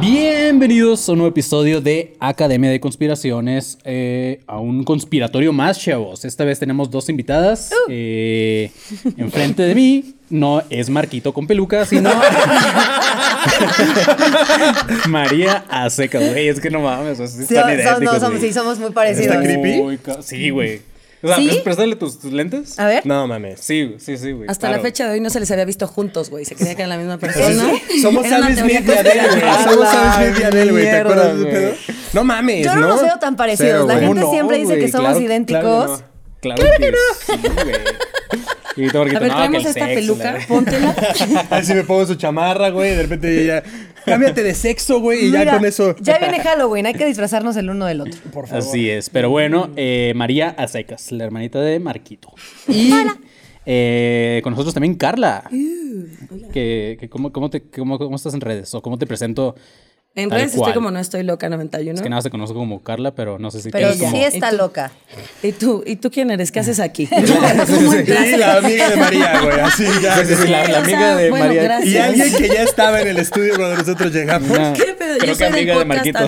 Bienvenidos a un nuevo episodio de Academia de Conspiraciones, eh, a un conspiratorio más, chavos. Esta vez tenemos dos invitadas. eh, enfrente de mí no es Marquito con peluca, sino María Aceca, güey. Es que no mames, o sea, sí Sí, están son- idénticos, no, somos, güey. sí, somos muy parecidos. Está creepy. Muy ca- Sí, güey. O sea, ¿Sí? ¿puedes prestarle tus, tus lentes? A ver, No mames. Sí, güey, sí, sí, güey. Hasta claro. la fecha de hoy no se les había visto juntos, güey. Se creía que eran la misma persona. Somos Era una Sam teoría Smith de Adele, güey. conspirativa. Somos A Sam la Smith de Adele, güey. ¿Te mierda, acuerdas de güey. ese pedo? No mames, yo no, ¿no? los veo tan parecidos. Cero, la güey. gente ¿Cómo no, siempre dice güey? que somos Claro- idénticos. Claro que no. Claro que no. Sí, güey. Y ahorita Marquito, A ver, no, traemos que el esta sexo, peluca, la- póntela. Así me pongo su chamarra, güey. y De repente ya, ya, Cámbiate de sexo, güey. Y ya Mira, con eso. Ya viene Halloween, hay que disfrazarnos el uno del otro. Por favor. Mm. Así es. Pero bueno, eh, María Acecas, la hermanita de Marquito. Y eh, con nosotros también Carla. Uh, Que, que cómo, cómo te, cómo, cómo estás en redes? ¿O cómo te presento? En Tal redes cual. estoy como no estoy loca 91. Es que nada, se conozco como Carla, pero no sé si Pero tienes Ella. sí como... está ¿Y tú? loca. ¿Y tú? ¿Y tú quién eres? ¿Qué haces aquí? Sí, sí, la amiga de María, güey. Así ya. Sí, sí, la, la o amiga sea, de bueno, María. gracias. Y alguien que ya estaba en el estudio cuando nosotros llegamos. Una- ¿Qué pedo? creo Yo que soy del amiga de podcast Marquito.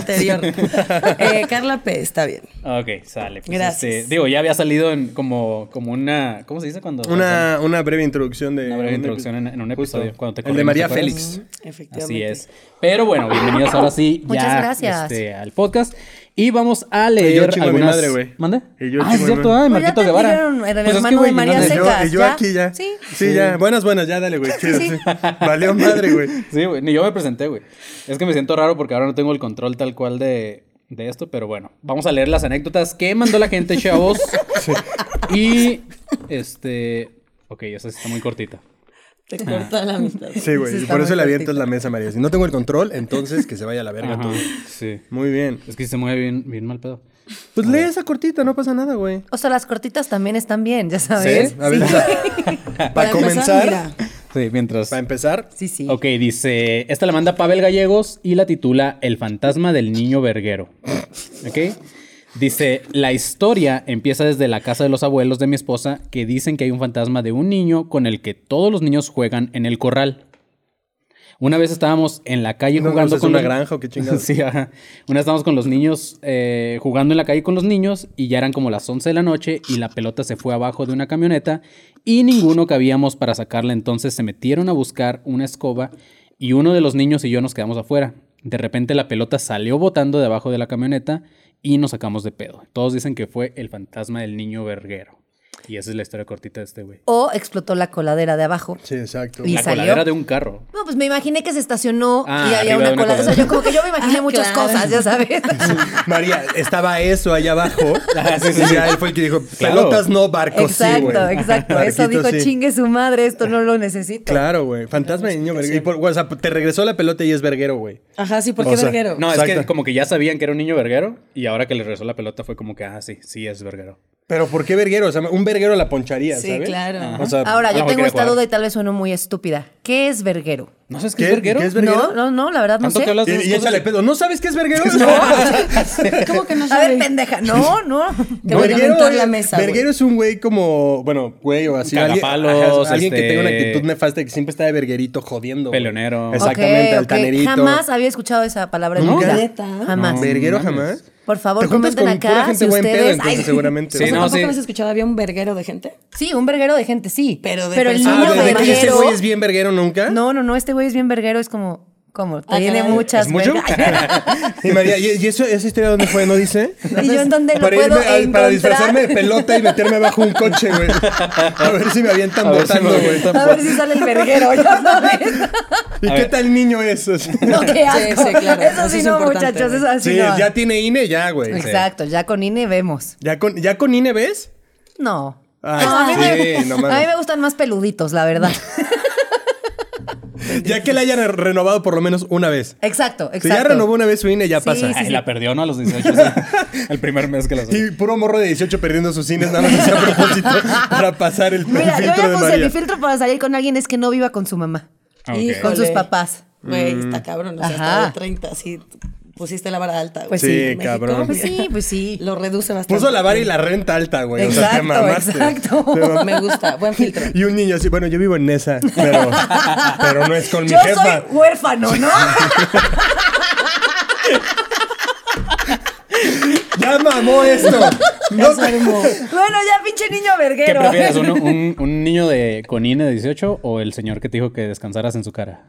anterior. Eh, Carla P. Está bien. Ok, sale. pues, Gracias. este, digo, ya había salido en como, como una. ¿Cómo se dice cuando? Una, una breve introducción de. Una breve un introducción en- en un Justo. episodio, cuando te El de corrimos, María ¿te acuerdas? Félix. Así Efectivamente. es. Pero bueno, bienvenidos ahora sí Mm, Muchas ya gracias. este, al podcast. Y vamos a Y yo leer chingo a mi algunas... madre, güey. ¿Mande? Y yo ah, es chingo a mi cierto, madre. ah, Pues ya Marquito te Guevara. dijeron el Pues es que, hermano güey, de no María mames. Y yo, Secas, y yo ya. aquí ya. Sí. ya. Buenas, buenas, ya dale, güey. Chido, Sí, sí. sí. Valió madre, güey. Sí, güey, ni yo me presenté, güey. Es que me siento raro porque ahora no tengo el control tal cual de, de esto, pero bueno, vamos a leer las anécdotas que mandó la gente, chavos. Y este. Ok, esa sí está muy cortita. Te corta la mitad. Sí, güey. y está por eso muy le avientas cortita. la mesa, María. Si no tengo el control, entonces que se vaya a la verga Ajá, todo. sí. Muy bien. Es que se mueve bien, bien mal pedo. Pues lee esa cortita, no pasa nada, güey. O sea, las cortitas también están bien, ya sabes. A ver, para empezar, comenzar, mira, Sí, mientras. para empezar, Sí, sí. Ok, dice, esta la manda Pavel Gallegos y la titula El fantasma del niño verguero. Ok. Dice, la historia empieza desde la casa de los abuelos de mi esposa que dicen que hay un fantasma de un niño con el que todos los niños juegan en el corral. Una vez estábamos en la calle No, jugando no, ¿es con una los- granja o qué chingados? Sí, ajá. Una vez estábamos con los niños eh, jugando en la calle con los niños y ya eran como las 11 de la noche y la pelota se fue abajo de una camioneta y ninguno cabíamos para sacarla. Entonces se metieron a buscar una escoba y uno de los niños y yo nos quedamos afuera. De repente la pelota salió botando de abajo de la camioneta y nos sacamos de pedo. Todos dicen que fue el fantasma del niño verguero. Y esa es la historia cortita de este güey. O explotó la coladera de abajo. sí, exacto. Y La salió. coladera de un carro. No, pues me imaginé que se estacionó Ah, y arriba había de una una coladera. O coladera. sea, yo como que yo me imaginé Ah, muchas claro. cosas, ya sabes. María, estaba eso allá abajo. Ah, sí, sí, y sí. ya él fue el que dijo, Claro. pelotas no, barcos pues sí, exacto, güey. exacto. Eso Barquitos dijo, sí. chingue su madre, esto no lo necesito. Claro, güey. Fantasma de niño verguero. Y por- o sea, te regresó la pelota y es verguero, güey. Ajá, sí, ¿por O qué sea, verguero? No, es que Exacto. como que ya sabían que era un niño verguero y ahora que le regresó la pelota fue como que, ah, sí, sí es verguero. Pero ¿por qué verguero? O sea, un verguero la poncharía, Sí, ¿sabes? claro. O sea, Ahora, a lo yo mejor tengo quería esta jugar. duda y tal vez sueno muy estúpida. ¿Qué es verguero? ¿No sabes qué, ¿qué, es verguero? qué es verguero? No, no, no, la verdad no ¿Tanto sé. que hablas de Y, esas y cosas? échale pedo. ¿No sabes qué es verguero? ¿Cómo que no A ver, sabe? pendeja. No, no. Te voy a aventar la mesa, güey. verguero es un güey como, bueno, güey o así. Alguien, Cagapalos, ajá, alguien que este- tenga una actitud nefasta y que siempre está de verguerito jodiendo. güey. Peleonero. Exactamente, Ok, ok. altanerito. Jamás había escuchado esa palabra en ¿No? mi vida. ¿Neta? Jamás. ¿Verguero jamás? Por favor, Te juntas comenten con acá pura gente si buen pedo, ustedes- entonces, Ay. seguramente. Sí, O sea, no, ¿Tampoco sí. no has escuchado? Había un verguero de gente. Sí, un verguero de gente, sí. Pero de el personas. niño Ah, ¿de- de que ese verguero. güey es bien verguero nunca? No, no, no, este güey es bien verguero, es como. como Ah, tiene caray. muchas. ¿Es mucho? vergas. Y María, ¿y, y eso, esa historia dónde fue? ¿No dice? ¿Y yo en dónde lo para puedo irme a- Para encontrar? disfrazarme de pelota y meterme bajo un coche, güey. A ver si me avientan A ver si botando, me güey. avientan A ver si sale el verguero, ya sabes. ¿Y A qué ver. tal niño es? O sea, No, qué asco. sí, claro. Eso Eso sí, es no, importante, muchachos, güey. eso así Sí, no. ya tiene INE, ya, güey. Exacto, ya con INE vemos. ¿Ya con, ¿Ya con INE ves? No. Ay, No, a, mí sí, me, no a mí mames. me gustan más peluditos, la verdad. Ya que la hayan re- renovado por lo menos una vez. Exacto, exacto. Si ya renovó una vez su INE, ya Sí, pasa. sí, Ay, sí. la perdió, ¿no? A los 18. o sea, el primer mes que la subió. Y puro morro de 18 perdiendo sus cines nada más así a propósito para pasar el, el Mira, yo filtro ya de puse mi María. filtro para salir con alguien es que no viva con su mamá, Ah, ok. Hijo. con sus Híjole. papás. Güey, está cabrón. O sea, Ajá. está de 30. Sí, pusiste la vara alta. güey. Pues Sí, sí. En México, cabrón. Pues sí, pues sí. Lo reduce bastante. Puso la vara y la renta alta, güey. o sea, te Exacto, mamaste. exacto. Te mamaste. Me gusta. Buen filtro. Y un niño así, bueno, yo vivo en esa, pero, pero no es con Yo mi soy jefa. huérfano, ¿no? ¡Ya mamó esto! No, bueno, ya pinche niño ¿Qué verguero. prefieres? ¿Un, un, un niño de, con INE de 18 o el señor que te dijo que descansaras en su cara?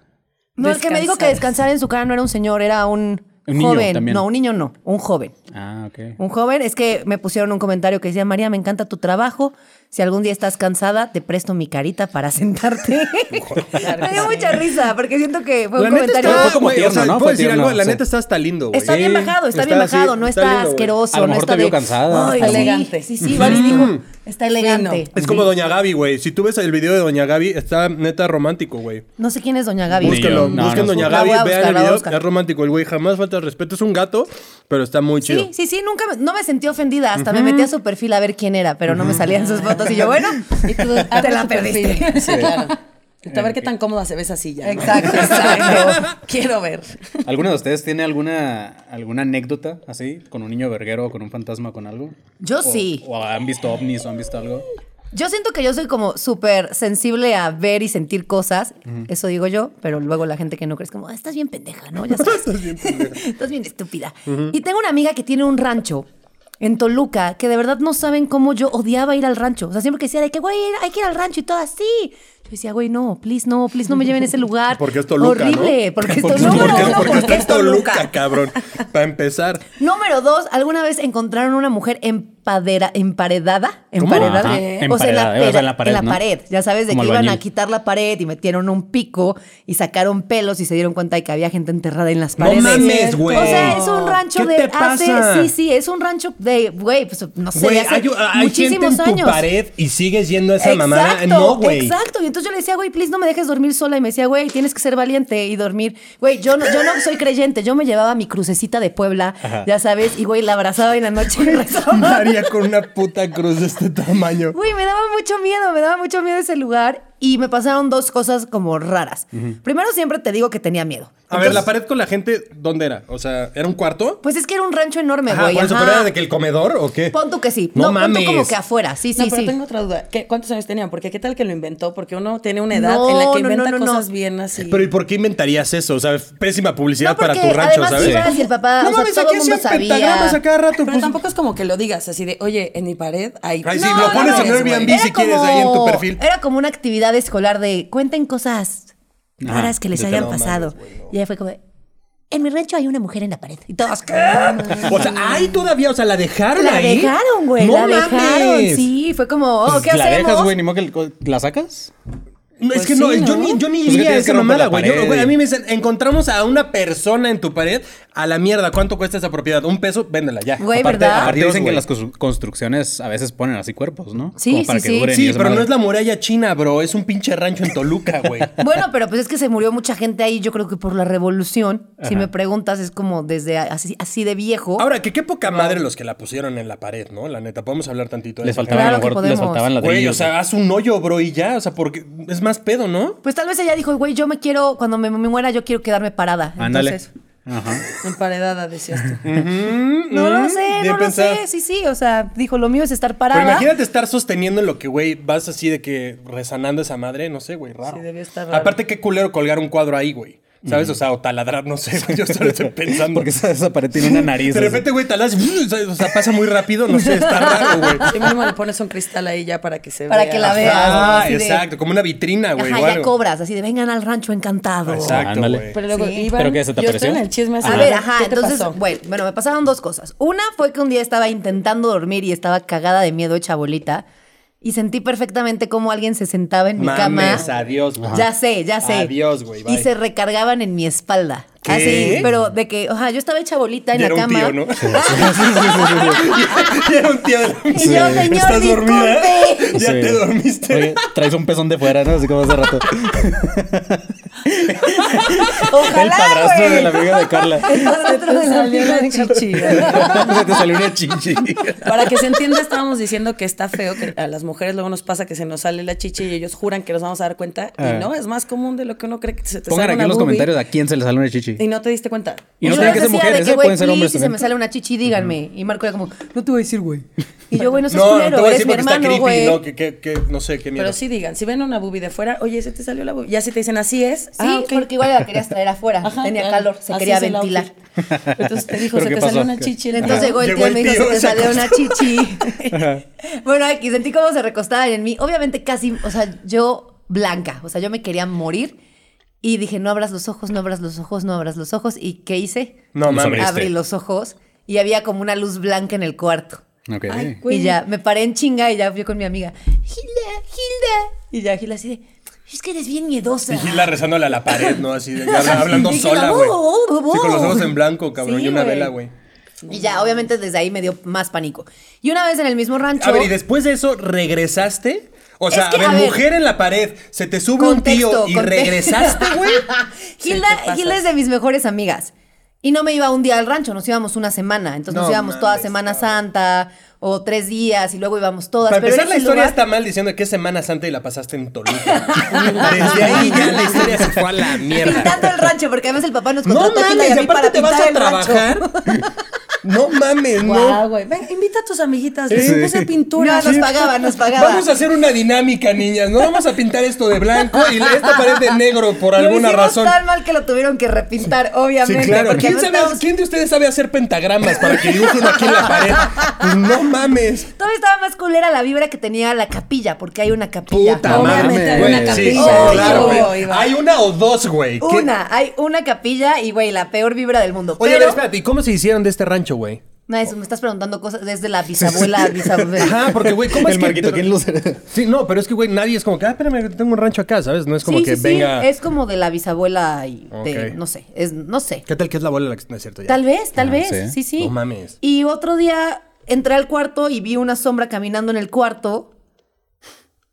No, el que me dijo que descansar en su cara no era un señor, era un, Un niño joven. también. No, un niño no, un joven. Ah, ok. Un joven, es que me pusieron un comentario que decía, María, me encanta tu trabajo. Si algún día estás cansada, te presto mi carita para sentarte. me dio mucha risa, porque siento que fue la un neta comentario... está- Fue como güey, tierno, ¿no? ¿puedo Fue decir tierno, algo? La sí. neta está hasta lindo, güey. Está bien Sí, bajado, está, bien así, bajado, no está, lindo, güey. asqueroso. A lo no mejor está te vio de- cansada. Ay, Está sí, elegante. Sí, sí, Varis dijo, está elegante. Es como Doña Gaby, güey. Si tú ves el video de Doña Gaby, está neta romántico, güey. No sé quién es Doña Gaby. Busca- Búsquenlo, No, busquen no, Doña no. Gaby, La voy a vean buscar, el la voy a video. buscar. Es romántico, el güey. Jamás falta de respeto. Es un gato, pero está muy chido. Sí, sí, sí, nunca me- no me sentí ofendida. Hasta me metí a su perfil a ver quién era, pero no me salían sus fotos. Y yo, bueno, Ah, Y tú te abres la tu perfil. perdiste. Sí, claro. Y tú A ver qué tan cómoda se ve esa silla. ¿no? Exacto, exacto. Quiero ver. ¿Alguno de ustedes tiene alguna, alguna anécdota así? ¿Con un niño verguero o con un fantasma o con algo? Yo O- sí. ¿O han visto ovnis o han visto algo? Yo siento que yo soy como súper sensible a ver y sentir cosas. Eso digo yo, pero luego la gente que no cree es como, "Ah, estás bien pendeja, ¿no? Ya sabes. estás bien estás bien estúpida. Y tengo una amiga que tiene un rancho en Toluca que de verdad no saben cómo yo odiaba ir al rancho. O sea, siempre que decía de que, güey, hay que ir al rancho y todo así. Yo decía, güey, no, please, no, please, no me lleven a ese lugar. Porque es Toluca, Horrible, ¿no? porque es Porque- Toluca. porque- no, porque está porque en es Toluca. Toluca, cabrón. Para empezar. Número dos, ¿alguna vez encontraron una mujer empadera, emparedada? Emparedada. Ajá, O sea, en la, emparedada, o sea, en la pera- pared, ¿no? Ya sabes, de Como que iban a albañil. quitar la pared y metieron un pico y sacaron pelos y se dieron cuenta de que había gente enterrada en las paredes. mames, güey. O sea, es un rancho ¿Qué de te hace. pasa? Sí, sí, es un rancho de, güey, pues no sé, Güey, de hace hay, hay gente muchísimos en tu años. pared y sigues yendo a esa exacto, mamada. No, güey. Exacto. Y entonces yo le decía, güey, please no me dejes dormir sola. Y me decía, güey, tienes que ser valiente y dormir. Güey, yo no, yo no soy creyente. Yo me llevaba mi crucecita de Puebla, ya sabes, y güey, la abrazaba en la noche y rezaba. María con una puta cruz de este tamaño. Güey, me daba mucho miedo, me daba mucho miedo ese lugar. Y me pasaron dos cosas como raras. Primero, siempre te digo que tenía miedo. A ver, la pared con la gente, ¿dónde era? O sea, ¿era un cuarto? Pues es que era un rancho enorme, Ajá, güey. por eso, ajá. ¿pero era de que el comedor o qué? Pon tú que sí. No No, pon tú como mames. que afuera. Sí, sí, no, pero sí. tengo otra duda. ¿Qué- ¿Cuántos años tenían? Porque qué tal que lo inventó? Porque uno tiene una edad No, en la que no, inventa no, no, cosas no. bien así. Pero ¿y por qué inventarías eso? O sea, pésima publicidad No, para porque tu rancho, además ¿sabes? ibas y el papá, o sea, todo el mundo hacían pentagramas sabía. a cada rato. Pero pues. tampoco es como que lo digas así de, oye, en mi pared hay. Ay, sí, No, lo no, pones no, en es, Airbnb güey. si Era quieres ahí en tu como- perfil. Era como una actividad escolar de cuenten cosas raras que les de hayan no pasado. mames, Y ahí fue como, en mi rancho hay una mujer en la pared. Y todos, ¿qué? O sea, ay, todavía, o sea, la dejaron La ahí. dejaron, güey. No la dejaron. mames. Sí, fue como, oh, Pues ¿qué la hacemos? dejas, güey, ni modo que el- la sacas. No, es Pues que no, sí, yo ¿no? ni, yo ni Pues que iría a tienes esa que romper la mamada, güey. Yo- pared güey, A y- mí me dicen, encontramos a una persona en tu pared, a la mierda, ¿cuánto cuesta esa propiedad? Un peso, véndela ya. Güey, aparte, ¿verdad? aparte Dios, dicen güey. que las constru- construcciones a veces ponen así cuerpos, ¿no? Sí, Como para sí, que sí. duren y Sí, esa pero no madre. es la muralla china, bro. Es un pinche rancho en Toluca, güey. Bueno, pero pues es que se murió mucha gente ahí, yo creo que por la revolución. Si me preguntas, es como desde así, así de viejo. Ahora, que qué poca madre los que la pusieron en la pared, ¿no? La neta, podemos hablar tantito de Les eso, faltaba Claro a lo que mejor, les podemos. faltaban cabrón. Güey, o ladrillos. sea, haz un hoyo, bro, y ya. O sea, porque es más pedo, ¿no? pues tal vez ella dijo, güey, yo me quiero, cuando me, me muera, yo quiero quedarme parada. Ándale. Entonces, Ajá. Emparedada, decías tú. Mm, no lo sé, Bien no pensado. lo sé. Sí, sí, o sea, dijo, lo mío es estar parada. Mm, Pero imagínate estar sosteniendo en lo que, güey, vas así de que resanando esa madre, no sé, güey, raro. Sí, debió estar raro. Aparte, qué culero colgar un cuadro ahí, güey. ¿Sabes? O sea, o taladrar, no sé, güey. Yo solo estoy pensando. Porque esa, esa pared tiene una nariz. de así. repente, güey, talas, o sea, pasa muy rápido, no sé, está raro, güey. Y mínimo le pones un cristal ahí ya para que se Para vea. que la veas. ¿no? Ah, Así de- exacto, como una vitrina, güey. Ajá, o ya algo. cobras, así de vengan al rancho encantado. Exacto, Ah, Ándale. güey. Pero luego, Sí. Iván, ¿Pero qué, se te yo apareció? estoy en el chisme ese. A ver, ajá, ¿Qué te entonces, pasó? bueno, bueno, me pasaron dos cosas. Una fue que un día estaba intentando dormir y estaba cagada de miedo hecha bolita y sentí perfectamente cómo alguien se sentaba en mi Mames, cama. adiós, güey. Ya sé, ya sé. Adiós, güey, bye. Y se recargaban en mi espalda. ¿Qué? Así, pero de que, ojalá yo estaba hecha bolita en Y la era un cama. tío, ¿no? Y era un tío. Y yo, Sí. señor, ¿Estás disculpe. dormida? Ya te dormiste. Oye, traes un pezón de fuera, ¿no? Así como hace rato. Ojalá, El padrastro güey. de la amiga de Carla. El padrastro de la Salió la chichi. Se te salió una chichi. Para que se entienda, estábamos diciendo que está feo, que a las mujeres luego nos pasa que se nos sale la chichi y ellos juran que nos vamos a dar cuenta. Ah. Y no, es más común de lo que uno cree que se te Pongan sale aquí una en los boobie comentarios a quién se le sale una chichi. Y no te diste cuenta. Y no yo tiene les que ser decía mujeres, de ¿eh? güey, Pueden ser please, hombres Si se también. me sale una chichi, díganme. Y Marco era como, no te voy a decir, güey. Y yo, güey, no seas No, no te culero, voy a eres decir porque mi está hermano, creepy. güey. No, que, que, que no sé qué mierda. Pero sí digan, si ven una boobie de fuera, oye, se te salió la boobie. Ya si te dicen, así es. Sí, ah, ok. porque igual la querías traer afuera. Ajá, Tenía claro. calor, se Así quería es el outfit. ventilar. Entonces te dijo, ¿Pero se qué te salió pasó? una chichi. en el- Entonces llegó el Llegó tío y el me tío, dijo, se te se salió una acostó". chichi. bueno, aquí sentí cómo se recostaban en mí. Obviamente casi, o sea, yo blanca, o sea, yo me quería morir. Y dije, no abras los ojos, no abras los ojos, no abras los ojos. ¿Y qué hice? No mames. Abrí los ojos y había como una luz blanca en el cuarto. Ok. Ay, Y güey. ya, me paré en chinga y ya fui con mi amiga, Gilda, Gilda. Y ya Gilda así de, es que eres bien miedosa. Vigila rezándole a la pared, ¿no? Así de hablando Vigila, sola, "Oh, güey. oh, oh, oh". Sí, con los ojos en blanco, cabrón. Sí, y una güey. vela, güey. Y ya, obviamente desde ahí me dio más pánico. Y una vez en el mismo rancho... A ver, y después de eso, ¿regresaste? O Es sea, que, a ver, a ver. mujer en la pared, se te sube un tío y conte- regresaste, güey. Gilda, Sí, te pasas. Gilda es de mis mejores amigas. Y no me iba un día al rancho, nos íbamos una semana. Entonces nos No íbamos toda mames, Semana cabrón. Santa o tres días y luego íbamos todas. Para empezar, en la ese historia lugar- está mal diciendo que es Semana Santa y la pasaste en Toluca. Desde ahí ya la historia se fue a la Ah, mierda. Pintando el rancho, porque además el papá nos No contrató a Gilda y mames, y a mí para aparte te vas pintar a el rancho. trabajar. No mames, Guau, no. Ah, güey. Ven, invita a tus amiguitas. Les puse pintura. No, nos pagaban, nos pagaban. Vamos a hacer una dinámica, niñas. No vamos a pintar esto de blanco y esta pared de negro por Lo alguna hicimos razón. tan mal que lo tuvieron que repintar, Sí, obviamente. claro. porque ¿Quién, no sabe- estábamos- quién de ustedes sabe hacer pentagramas para que dibujen aquí en la pared? Pues no mames. Todavía estaba más culera la vibra que tenía la capilla, porque hay una capilla. Puta Obviamente, madre. hay güey. una Sí, capilla. sí, Obvio, claro, güey. Iván. Hay una o dos, güey. ¿Qué- Una, hay una capilla y, güey, la peor vibra del mundo. Oye, a ver, pero, espérate, ¿y cómo se hicieron de este rancho, güey? No, eso, me estás preguntando cosas desde la bisabuela, bisabuela. Ajá, porque, güey, ¿cómo es El que- Marquito, ¿quién los hereda? Sí, no, pero es que, güey, nadie es como que, ah, espérame, que tengo un rancho acá, ¿sabes? No es como Sí, que sí, sí, venga. es como de la bisabuela y de, Ok. no sé, es, no sé. ¿Qué tal que es la abuela la que no es cierto ya? Tal vez, tal Ah, vez, sí. sí, sí. No mames. Y otro día entré al cuarto y vi una sombra caminando en el cuarto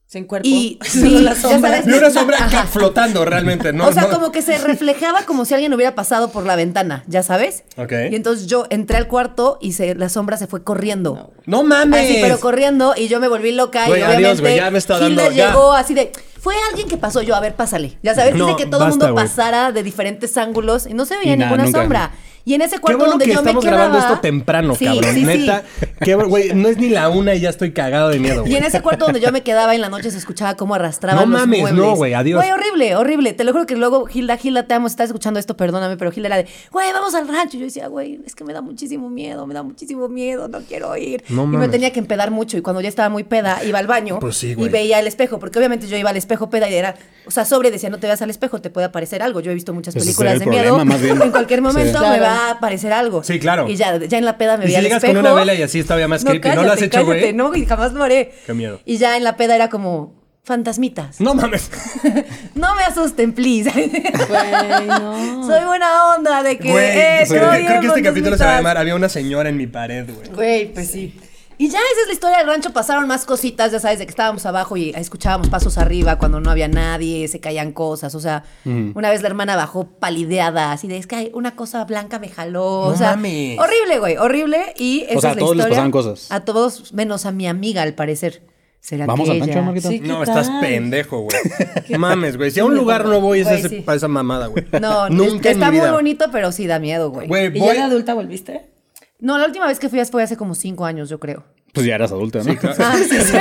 Sin cuerpo. y... Solo sí, la ya sombra. sabes, Vi una sombra acá ajá. flotando realmente, ¿no? o sea, no. como que se reflejaba como si alguien hubiera pasado por la ventana, ¿ya sabes? Ok. Y entonces yo entré al cuarto y se, la sombra se fue corriendo. No mames. Así, pero corriendo y yo me volví loca Güey, y adiós, obviamente güey, ya me está Gilda dando- ya. llegó así de fue alguien que pasó yo, a ver, pásale. Ya sabes, No, dice que todo el basta, mundo güey. pasara de diferentes ángulos y no se veía Y nada, ninguna nunca. sombra. Y en ese Qué cuarto bueno donde que yo me estamos quedaba grabando esto temprano, Sí, cabrón. sí, sí. Neta, qué bueno, güey, no es ni la una y ya estoy cagado de miedo, güey. Y en ese cuarto donde yo me quedaba en la noche se escuchaba cómo arrastraban No los mames, muebles. no, güey, adiós. Güey, horrible, horrible. Te lo juro que luego Gilda, Gilda, te amo, si estás escuchando esto, perdóname, pero Gilda era de, güey, vamos al rancho. Y yo decía, güey, es que me da muchísimo miedo, me da muchísimo miedo, no quiero ir. No y me mames. tenía que empedar mucho. Y cuando ya estaba muy peda, iba al baño Pues sí, güey. y veía el espejo, porque obviamente yo iba al espejo peda y era, o sea, sobre decía, no te veas al espejo, te puede aparecer algo. Yo he visto muchas Ese películas era de el problema, miedo. más bien. En cualquier momento Sí. me Claro. va a aparecer algo. Sí, claro. Y ya, ya en la peda me Y si veía al llegas espejo. con una vela y así está todavía más creepy. ¿No lo has hecho, güey? cállate, No, y jamás lo haré. Qué miedo. ¿Mm? Y ya en la peda era como, fantasmitas. No mames. No me asusten, please. Güey, no. Soy buena onda de que. Güey, eh, creo, todo que- creo que bien, este fantasmitas. capítulo se va a llamar Había una señora en mi pared, güey. Güey, pues sí. Y ya esa es la historia del rancho. Pasaron más cositas, ya sabes, de que estábamos abajo y escuchábamos pasos arriba cuando no había nadie, se caían cosas. O sea, una vez la hermana bajó palideada, así de es que hay una cosa blanca me jaló. No o sea, mames. horrible, güey, horrible. Y esa sea, es a la todos les historia. pasaban cosas. A todos, menos a mi amiga, al parecer. Será Vamos que al rancho, ella- Marquito. Sí. ¿Qué No, tal? estás pendejo, güey. Mames, güey. Si a un lugar no voy es Güey, ese- sí. para esa mamada, güey. No, Nunca en está mi muy vida. bonito, pero sí da miedo, güey. Güey, ¿Y ya voy... de adulta volviste? No, la última vez que fui fue hace como cinco años, yo creo. Pues ya eras adulta, ¿no? Ah, sí, sí,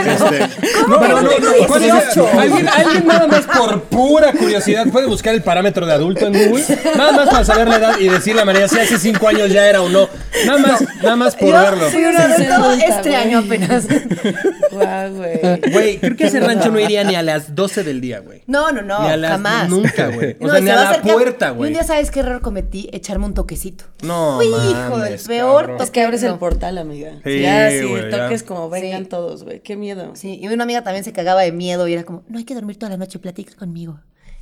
No, pero no, tengo ¿cuál es- 18? ¿Alguien, alguien nada más por pura curiosidad puede buscar el parámetro de adulto en Google. Nada más para saber la edad y decirle a María si hace cinco años ya era o no. Nada más, nada más por verlo. fui un Sí, adulto sí, adulta, este güey. año apenas. Guau, güey. Güey, creo que ese rancho no iría ni a las 12 del día, güey. No, no, no, Ni a las- jamás. Nunca, güey. O No, sea, y ni se a va la acercando. puerta, Y güey. un día, ¿sabes qué error cometí? Echarme un toquecito. No, Fui, mames, hijo, el peor cabrón. Es que abres el No. portal, amiga. Sí, ya, sí, güey, ya. toques como vengan Sí. todos, güey. Qué miedo. Sí, y una amiga también se cagaba de miedo y era como, no hay que dormir toda la noche, platica conmigo.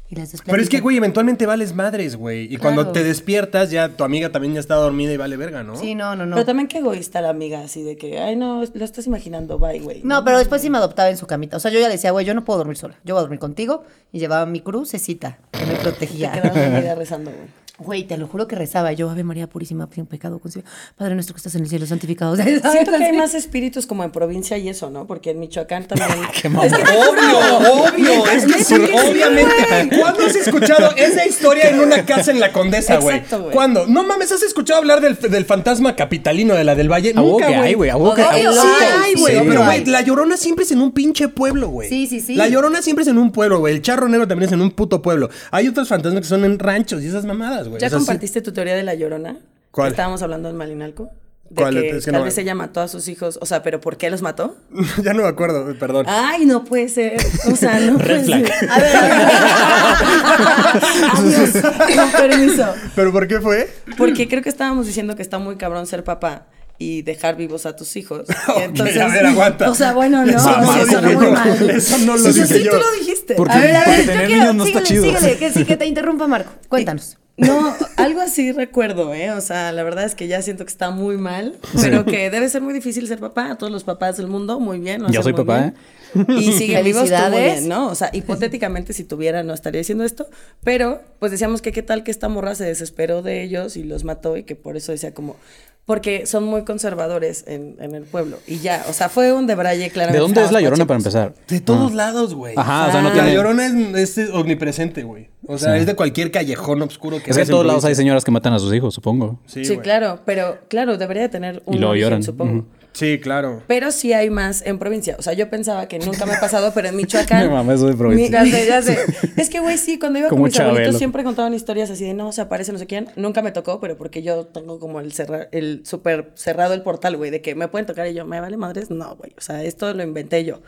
Y las dos Pero es que, platican. güey, eventualmente vales madres, güey. Y cuando Claro. te despiertas, ya tu amiga también ya está dormida y vale verga, ¿no? Sí, no, no, no. Pero también qué egoísta la amiga, así de que, ay, no, lo estás imaginando, bye, güey. No, pero después sí me adoptaba en su camita. O sea, yo ya le decía, güey, yo no puedo dormir sola. Yo voy a dormir contigo. Y llevaba mi crucecita que me Te quedas protegía. dormida rezando, güey. Güey, te lo juro que rezaba. Yo, Ave María Purísima, sin pecado concebida. Padre nuestro que estás en el cielo, santificado. Siento que hay más espíritus como en provincia y eso, ¿no? Porque en Michoacán también. mamón. Obvio, obvio, es que Neta sí, que sí, obviamente. ¿Cuándo has escuchado esa historia en una casa en la Condesa, güey? Exacto, güey. ¿Cuándo? No mames, ¿has escuchado hablar del, del fantasma capitalino de la del Valle? A huevo Nunca, que hay, güey. güey. A huevo que a Obvio, huevo Sí, que hay, hay, güey. sí, pero, hay. güey, la llorona siempre es en un pinche pueblo, güey. Sí, sí, sí. La llorona siempre es en un pueblo, güey. El charro negro también es en un puto pueblo. Hay otros fantasmas que son en ranchos y esas mamadas, güey. ¿Ya O sea, sí. compartiste tu teoría de la llorona? ¿Cuál? Que estábamos hablando en Malinalco. De ¿Cuál? Que, Es que tal no- vez ella mató a sus hijos. O sea, ¿pero por qué los mató? ya no me acuerdo, perdón. Ay, no puede ser. O sea, no puede ser. Ah, A ver, a ver. Adiós. Con permiso. ¿Pero por qué fue? Porque creo que estábamos diciendo que está muy cabrón ser papá y dejar vivos a tus hijos. Y Ok, entonces, a ver, aguanta. O sea, bueno, no. Eso o sea, no, eso dije muy yo. mal. Eso no lo Pues dije sí, yo. tú lo dijiste. Porque- A ver, a ver, porque yo tener quiero, niños no está síguele, chido. síguele, que sí que te interrumpa, Marco. Cuéntanos. No, algo así recuerdo, ¿eh? O sea, la verdad es que ya siento que está muy mal, pero que debe ser muy difícil ser papá. Todos los papás del mundo, muy bien. lo Yo soy hacen muy papá, ¿eh? bien. Y siguen vivos tú muy Felicidades. bien, ¿no? O sea, hipotéticamente, si tuviera, no estaría diciendo esto, pero pues decíamos que qué tal que esta morra se desesperó de ellos y los mató y que por eso decía como. Porque son muy conservadores en, en el pueblo. Y ya, o sea, fue un debraye, claro. ¿De dónde es la llorona para empezar? De todos lados, güey. Ajá, o sea, no La tiene- llorona es, es omnipresente, güey. O sea, es de cualquier callejón oscuro Es que que en veas todos lados hay provincia. señoras que matan a sus hijos, supongo. Sí, Sí, güey. claro, pero claro, debería de tener un Y luego origen, lloran. supongo. Ujú. Sí, claro. Pero sí hay más en provincia. O sea, yo pensaba que nunca me ha pasado, pero en Michoacán. Me mamé eso de provincia. Mi- ya sé, ya sé. Es que, güey, sí, cuando iba con Como mis Chabelo. abuelitos siempre contaban historias así de no, se aparece no sé quién. Nunca me tocó, pero porque yo tengo como el cerra el súper cerrado el portal, güey, de que me pueden tocar y yo, ¿me vale madres? No, güey. O sea, esto lo inventé yo.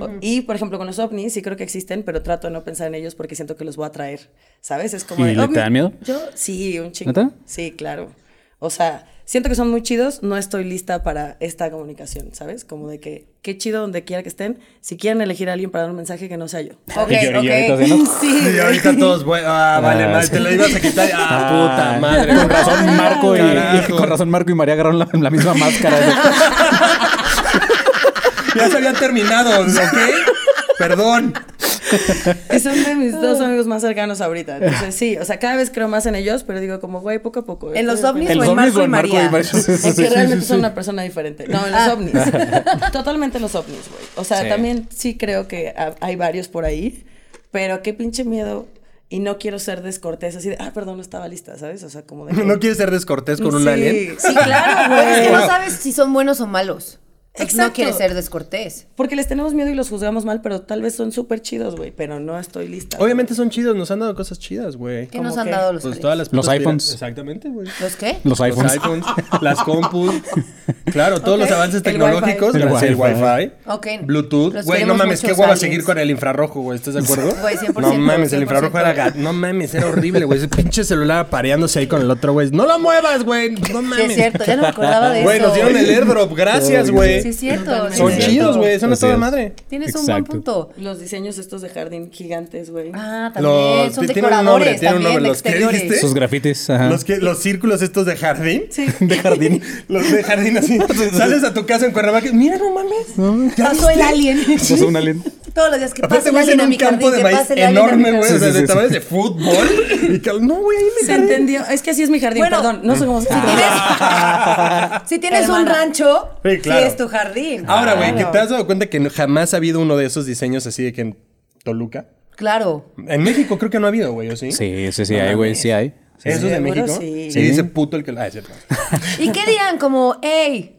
O- Y, por ejemplo, con los ovnis sí creo que existen, pero trato de no pensar en ellos porque siento que los voy a traer. ¿Sabes? Es como. ¿Y de, le- "Ovni". te dan miedo? Yo, sí, un chingo. ¿Neta? Sí, claro. O sea, siento que son muy chidos, no estoy lista para esta comunicación, ¿sabes? Como de que, qué chido donde quiera que estén. Si quieren elegir a alguien para dar un mensaje, que no sea yo. Ok, Y llor- lloritos, ok. ¿no? Sí. Y ahorita todos, güey, ah, vale, Ah, mal, sí. te la ibas a quitar. Ah, puta Ah, madre. Con razón Marco y, Carajo. y- con razón Marco y María agarraron la, la misma máscara. Ya se habían terminado, ¿ok? Perdón. Y son de mis dos amigos más cercanos ahorita. Entonces, sí, o sea, cada vez creo más en ellos, pero digo como, güey, poco a poco. En los Estoy- ovnis En o los ovnis en Marco o y en Marco y María. María. Sí, sí, Es sí, que sí, realmente sí. son una persona diferente. No, en los Ah. ovnis. Totalmente en los ovnis, güey. O sea, Sí. también sí creo que ha- hay varios por ahí, pero qué pinche miedo. Y no quiero ser descortés, así de, ah, perdón, no estaba lista, ¿sabes? O sea, como de. que- ¿No quieres ser descortés con un Sí, alien? Sí, Claro, claro, güey. Es que no güey. sabes si son buenos o malos. Entonces, No Exacto. quieres ser descortés. Porque les tenemos miedo y los juzgamos mal, pero tal vez son súper chidos, güey. Pero no estoy lista. Obviamente son chidos, nos han dado cosas chidas, güey. ¿Qué ¿Cómo nos han qué? dado los Pues ovnis? todas las Los putas pira- iPhones. Exactamente, güey. ¿Los qué? Los iPhones. Los iPhones, las compus, claro, todos los Ok. avances El tecnológicos, Wi-Fi. El gracias al Wi-Fi, Ok. Bluetooth, Los güey, no queremos mames, qué muchos hueva aliens. seguir con el infrarrojo, güey, ¿estás de acuerdo? Güey, 100%, no mames, el 100%. infrarrojo era, ga- no mames, era horrible, güey, ese pinche celular apareándose ahí con el otro, güey, no lo muevas, güey, no Sí, es mames. cierto, ya no me acordaba de Güey, eso. nos dieron el airdrop, gracias, Sí, güey. es cierto. sí Son es cierto. chidos, güey, son a Así toda es. madre. Tienes un buen Exacto. punto. Los diseños estos de jardín gigantes, güey. Ah, también. Los- son tienen un nombre, decoradores tienen un también, nombre, los que exteriores. dijiste. Sus grafitis. ajá. Los, que, los círculos estos de jardín. Sí. De jardín. Los de jardín así. Sales a tu casa en Cuernavaca. y, Mira, no mames. ¿ya Pasó el viste? alien. Pasó un alien. Todos los días que pasa Aparte, el güey, en alien a un mi campo jardín, de que maíz pasa el alien a mi enorme, güey. jardín. O sea, Sí, sí, de sí. tamaños de fútbol. Y que, no, güey, ahí me Se entendió. Es que así es mi jardín, Bueno. perdón. No sé cómo se Si tienes- Si tienes un Hermana. rancho, Sí, sí, claro. Ah. es tu jardín. Ahora, güey, que te has dado cuenta que no- jamás ha habido uno de esos diseños así de que en Toluca. Claro. En México creo que no ha habido, güey, ¿o sí? Sí, sí, sí, hay, güey, sí hay. Sí. ¿Eso es de Seguro México? sí. Sí, dice puto el que... Ah, es cierto. ¿Y qué dirán? Como, hey,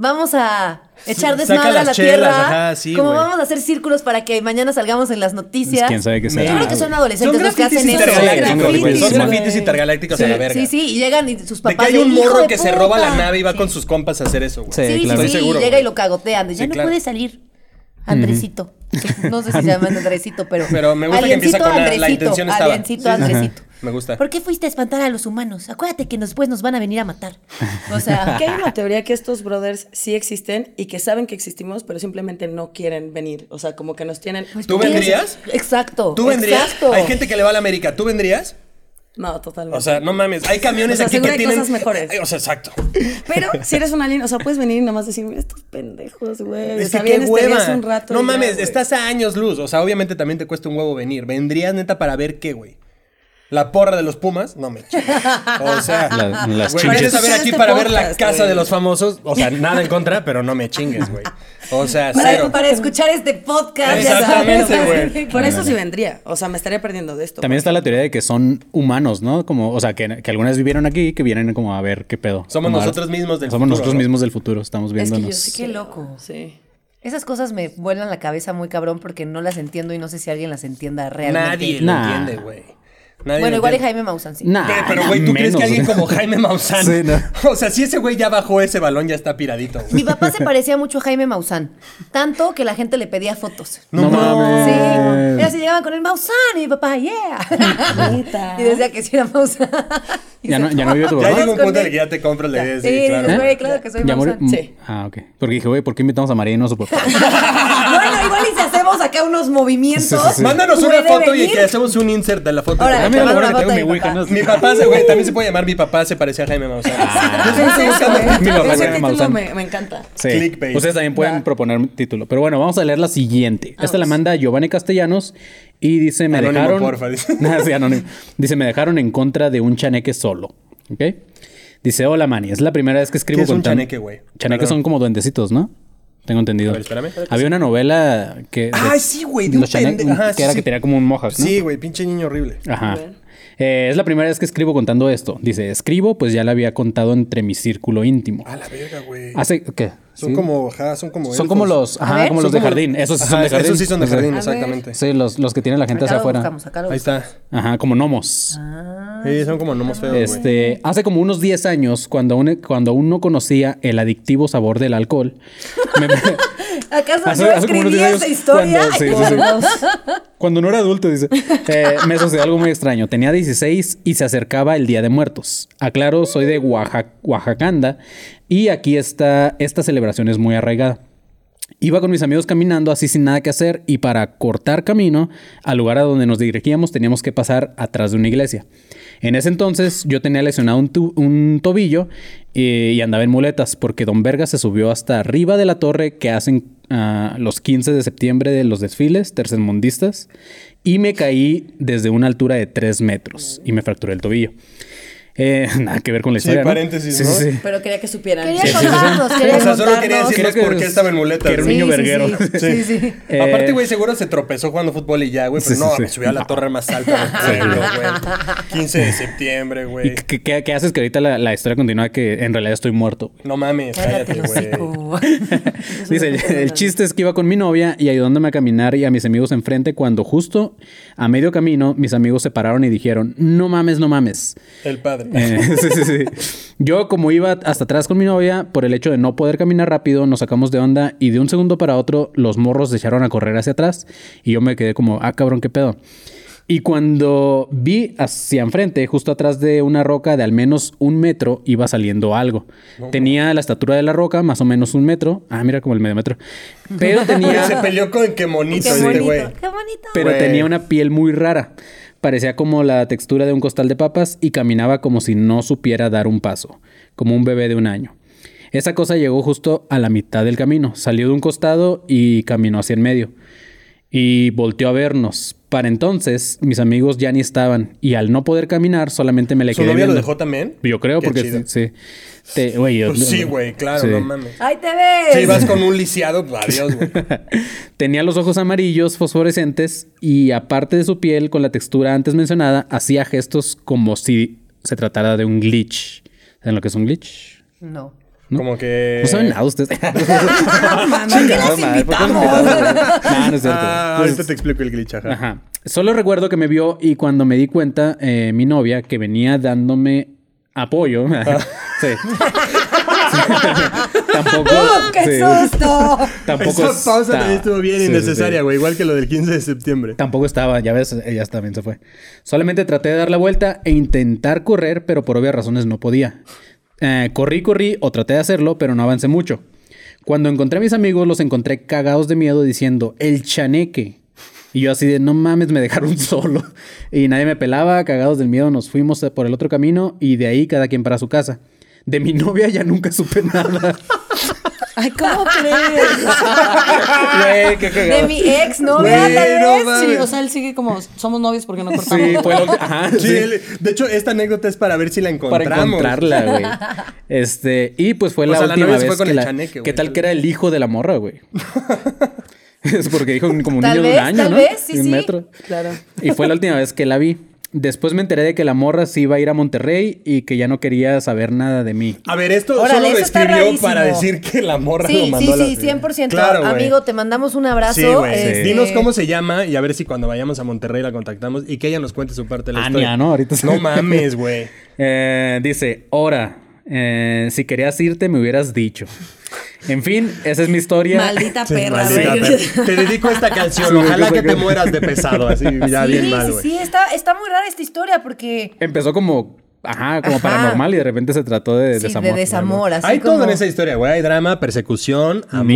Vamos a echar Sí, desmadre saca a la las chelas, tierra. ajá, sí, como güey. vamos a hacer círculos para que mañana salgamos en las noticias. Pues, ¿Quién sabe qué Yo será, creo que güey? son adolescentes los que hacen eso. intergalácticos, Son güey. grafitis, Son güey. grafitis intergalácticos a la verga. Sí, sí, y llegan y sus De que papás. hay un "Hijo morro de que se puta". roba la nave y va con sus compas a hacer eso, güey. Sí, Sí, sí, claro. sí, Estoy seguro, y llega güey. y lo cagotean. de, Ya Sí, no claro. puede salir. Andresito. No sé si se llama Andresito, pero. Pero me gusta que empieza Aliencito, con la, la Andresito, intención estaba. Aliencito, Sí, sí, sí. Andresito. Me gusta. ¿Por qué fuiste a espantar a los humanos? Acuérdate que después nos van a venir a matar. O sea, Que hay una teoría que estos brothers sí existen y que saben que existimos, pero simplemente no quieren venir. O sea, como que nos tienen. Pues, ¿Tú ¿qué? vendrías? Exacto. ¿Tú vendrías? Exacto. Hay gente que le va a la América. ¿Tú vendrías? No, totalmente. O sea, no mames. Hay camiones O sea, aquí seguro que hay tienen. cosas mejores. Ay, O sea, exacto. pero si eres un alien, o sea, puedes venir y nomás decir, "Mira estos pendejos, güey. O Es sea, que qué vienes, te ríes hueva. un rato no y ya, mames, güey. estás a años luz. O sea, obviamente también te cuesta un huevo venir. ¿Vendrías neta para ver qué, güey? La porra de los Pumas, no me chingues. O sea, La- las güey, chinches. vienes a ver aquí Este para ver la podcast, casa güey. de los famosos. O sea, nada en contra, pero no me chingues, güey. O sea, Para, cero. para escuchar este Ah, podcast. ya sabes. Exactamente, güey. Por eso sí vendría. O sea, me estaría perdiendo de esto. También está la teoría de que son humanos, ¿no? Como, o sea, que, que algunas vivieron aquí y que vienen como a ver qué pedo. Somos Como a- nosotros mismos del Somos futuro, nosotros ¿no? mismos del futuro, estamos Es que yo viéndonos. sí Qué creo. loco. Sí. Esas cosas me vuelan la cabeza muy cabrón porque no las entiendo y no sé si alguien las entienda realmente. Nadie lo Nah. entiende, güey. Nadie lo Bueno, igual y entiende. Jaime Maussan sí. Nah, Ve, pero nah, güey, ¿tú Ah, crees menos, que alguien güey. como Jaime Maussan? Sí, no. O sea, si ese güey ya bajó ese balón, ya está piradito, güey. Mi papá se parecía mucho a Jaime Maussan, tanto que la gente le pedía fotos. No mames. Sí, era así, llegaban con el Maussan y mi papá, yeah. y decía que sí era Maussan. Y Ya se- no, ya no vive tu Ya papá. llega un con punto en el él. que ya te compras la idea. Sí, Sí, claro. güey, güey. claro que soy ¿Ya murió? Maussan. Mm, Sí. Ah, ok. Porque dije, güey, ¿por qué invitamos a María y no a su papá? bueno, igual y si hacemos acá unos movimientos. Mándanos una puede foto y venir. que hacemos un insert de la foto. Ahora, Ah, Ah, mira, mira, lo te mando bueno la que tengo mi foto de mi Ouija, ¿no? papá. Mi papá, se- güey, también se puede llamar mi papá se parecía a Jaime Maussan. Ah, Ah, Yo estoy buscando- Mi papá se Ese llama título Maussan. me, me encanta. Sí. Clickbait. Ustedes también pueden proponer un título. Pero bueno, vamos a leer la siguiente. Esta la manda Giovanni Castellanos y dice: Me Anónimo, dejaron. porfa, dice. Nah, sí, anónimo. Dice: Me dejaron en contra de un chaneque solo. ¿Ok? Dice: Hola, Manny. Es la primera vez que escribo ¿Qué es con un tan- chaneque, güey? Chaneques Perdón. son como duendecitos, ¿no? Tengo entendido. ver, espérame. Había una novela que. de- Ay, sí, güey, de un los chaneques, pende- ajá, Que sí, era sí. que tenía como un mohawk, ¿no? Sí, güey, pinche niño horrible. Ajá. Eh, es la primera vez que escribo contando esto. Dice, escribo, pues ya la había contado entre mi círculo íntimo. A la verga, güey. Hace, ¿qué? Ah, Son Sí. como, ajá, son como. Son como elfos. los, ajá, ver. como los Son de como- jardín. Esos sí son Ajá, de jardín. Esos sí son de O sea, jardín, exactamente. Sí, los, los que tienen la gente Acá hacia lo afuera. buscamos, acá lo Ahí está. Ajá, como gnomos. Ah, Sí, son como nomos feos, güey. Este, hace como unos 10 años, cuando aún, cuando aún no conocía el adictivo sabor del alcohol, me- ¿Acaso Hace- yo hace como unos escribí diez esa años, historia? cuando- sí, sí, sí. Cuando no era adulto, dice. Eh, me sucedió algo muy extraño. Tenía 16 y se acercaba el Día de Muertos. Aclaro, soy de Oaxac- Oaxacanda y aquí está, esta celebración es muy arraigada. Iba con mis amigos caminando así sin nada que hacer y para cortar camino al lugar a donde nos dirigíamos teníamos que pasar atrás de una iglesia. En ese entonces yo tenía lesionado un, tu- un tobillo eh, y andaba en muletas porque Don Verga se subió hasta arriba de la torre que hacen ah, los 15 de septiembre de los desfiles tercermundistas y me caí desde una altura de 3 metros y me fracturé el tobillo. Eh, nada que ver con la Sí, historia. ¿no? paréntesis, Sí, ¿no? sí, sí. Pero quería que supieran. Quería Sí. contarnos, quería O sea, solo quería contarnos. decirles Creo que por qué es- estaba en muletas. que era un güey. niño sí, verguero. sí. Sí, sí. Eh, Aparte, güey, seguro se tropezó jugando fútbol y ya, güey. Pero Sí, no, sí, me sí. subí a la torre más alta del pueblo, güey. 15 de septiembre, ¿Y güey. qué, qué- qué haces que ahorita la, la historia continúa que en realidad estoy muerto? güey? No mames, Cállate, cállate, el güey. hocico. Dice, el chiste es que iba con mi novia y ayudándome a caminar y a mis amigos enfrente cuando justo a medio camino mis amigos se pararon y dijeron, no mames, no mames. El padre. Eh, sí, sí, sí. Yo como iba hasta atrás con mi novia, por el hecho de no poder caminar rápido, nos sacamos de onda y de un segundo para otro los morros se echaron a correr hacia atrás y yo me quedé como, ah, cabrón, qué pedo. Y cuando vi hacia enfrente, justo atrás de una roca de al menos un metro, iba saliendo algo. Tenía la estatura de la roca, más o menos un metro. Ah, mira como el medio metro. Pero Güey, se tenía, peleó con qué monito Qué este, bonito, güey. qué bonito. pero Güey. tenía una piel muy rara. Parecía como la textura de un costal de papas y caminaba como si no supiera dar un paso, como un bebé de un año. Esa cosa llegó justo a la mitad del camino. Salió de un costado y caminó hacia el medio. y volteó a vernos. Para entonces, mis amigos ya ni estaban y al no poder caminar, solamente me le ¿Su quedé novia viendo. lo dejó también? Yo creo, Qué porque chido. sí. sí. Te- güey, yo- Pues sí, güey, claro, sí. no mames. Ahí te ves. Si vas con un lisiado, pues, adiós, güey. Tenía los ojos amarillos, fosforescentes y aparte de su piel con la textura antes mencionada, hacía gestos como si se tratara de un glitch. ¿Saben lo que es un glitch? No. ¿no? Como que. No saben nada ustedes. mames, ¿por qué las invitamos? no, no es cierto. Pues, Ah, ahorita te explico el glitch, ajá. Ajá. Solo recuerdo que me vio y cuando me di cuenta, eh, mi novia, que venía dándome apoyo. sí. Sí. tampoco. ¡Uh, ¡Qué sí. susto! Tampoco Esa pausa está- también estuvo bien Sí, sí, sí. innecesaria, güey. Igual que lo del 15 de septiembre. Tampoco estaba, ya ves, ella también se fue. Solamente traté de dar la vuelta e intentar correr, pero por obvias razones no podía. Eh, corrí, corrí o traté de hacerlo, pero no avancé mucho. Cuando encontré a mis amigos, los encontré cagados de miedo diciendo, el chaneque. Y yo así de, no mames, me dejaron solo. Y nadie me pelaba, cagados del miedo, nos fuimos eh, por el otro camino y de ahí cada quien para su casa. De mi novia ya nunca supe nada. Ay, ¿cómo crees? Güey, qué cagado. De mi ex novia, Güey, tal no vez. mames. Sí, o sea, él sigue como, somos novios porque no cortamos. Sí, fue lo que- ajá, Sí, sí. él- de hecho, esta anécdota es para ver si la encontramos. para encontrarla, güey. Este, y pues fue O la sea, la última novia se vez fue con que el la, chaneque, güey. ¿Qué tal que era el hijo de la morra, güey? es porque dijo un- como un Tal niño de vez, un año, tal ¿no? vez, sí, De un sí. metro. Claro. Y fue la última vez que la vi. Después me enteré de que la morra se iba a ir a Monterrey y que ya no quería saber nada de mí. A ver, esto Órale, solo lo eso está escribió rarísimo. para decir que la morra lo Sí, mandó sí, a la sí, 100%. Claro, güey. Amigo, te mandamos un abrazo. Sí, güey. este, Dinos cómo se llama y a ver si cuando vayamos a Monterrey la contactamos y que ella nos cuente su parte de la Ania, historia. Ah, ¿no? Ahorita se- No mames, güey. Eh, dice, ora, eh, si querías irte me hubieras dicho. En fin, esa es mi historia. Maldita Sí, perra, maldita güey. perra. Te dedico esta canción. Ojalá pues, que te mueras de pesado, así ya sí, bien mal, sí, güey. sí, está, está muy rara esta historia porque. Empezó como, ajá, como Ajá. paranormal y de repente se trató de Sí, desamor. de desamor. Así Hay todo como- en esa historia, güey. Hay drama, persecución, amor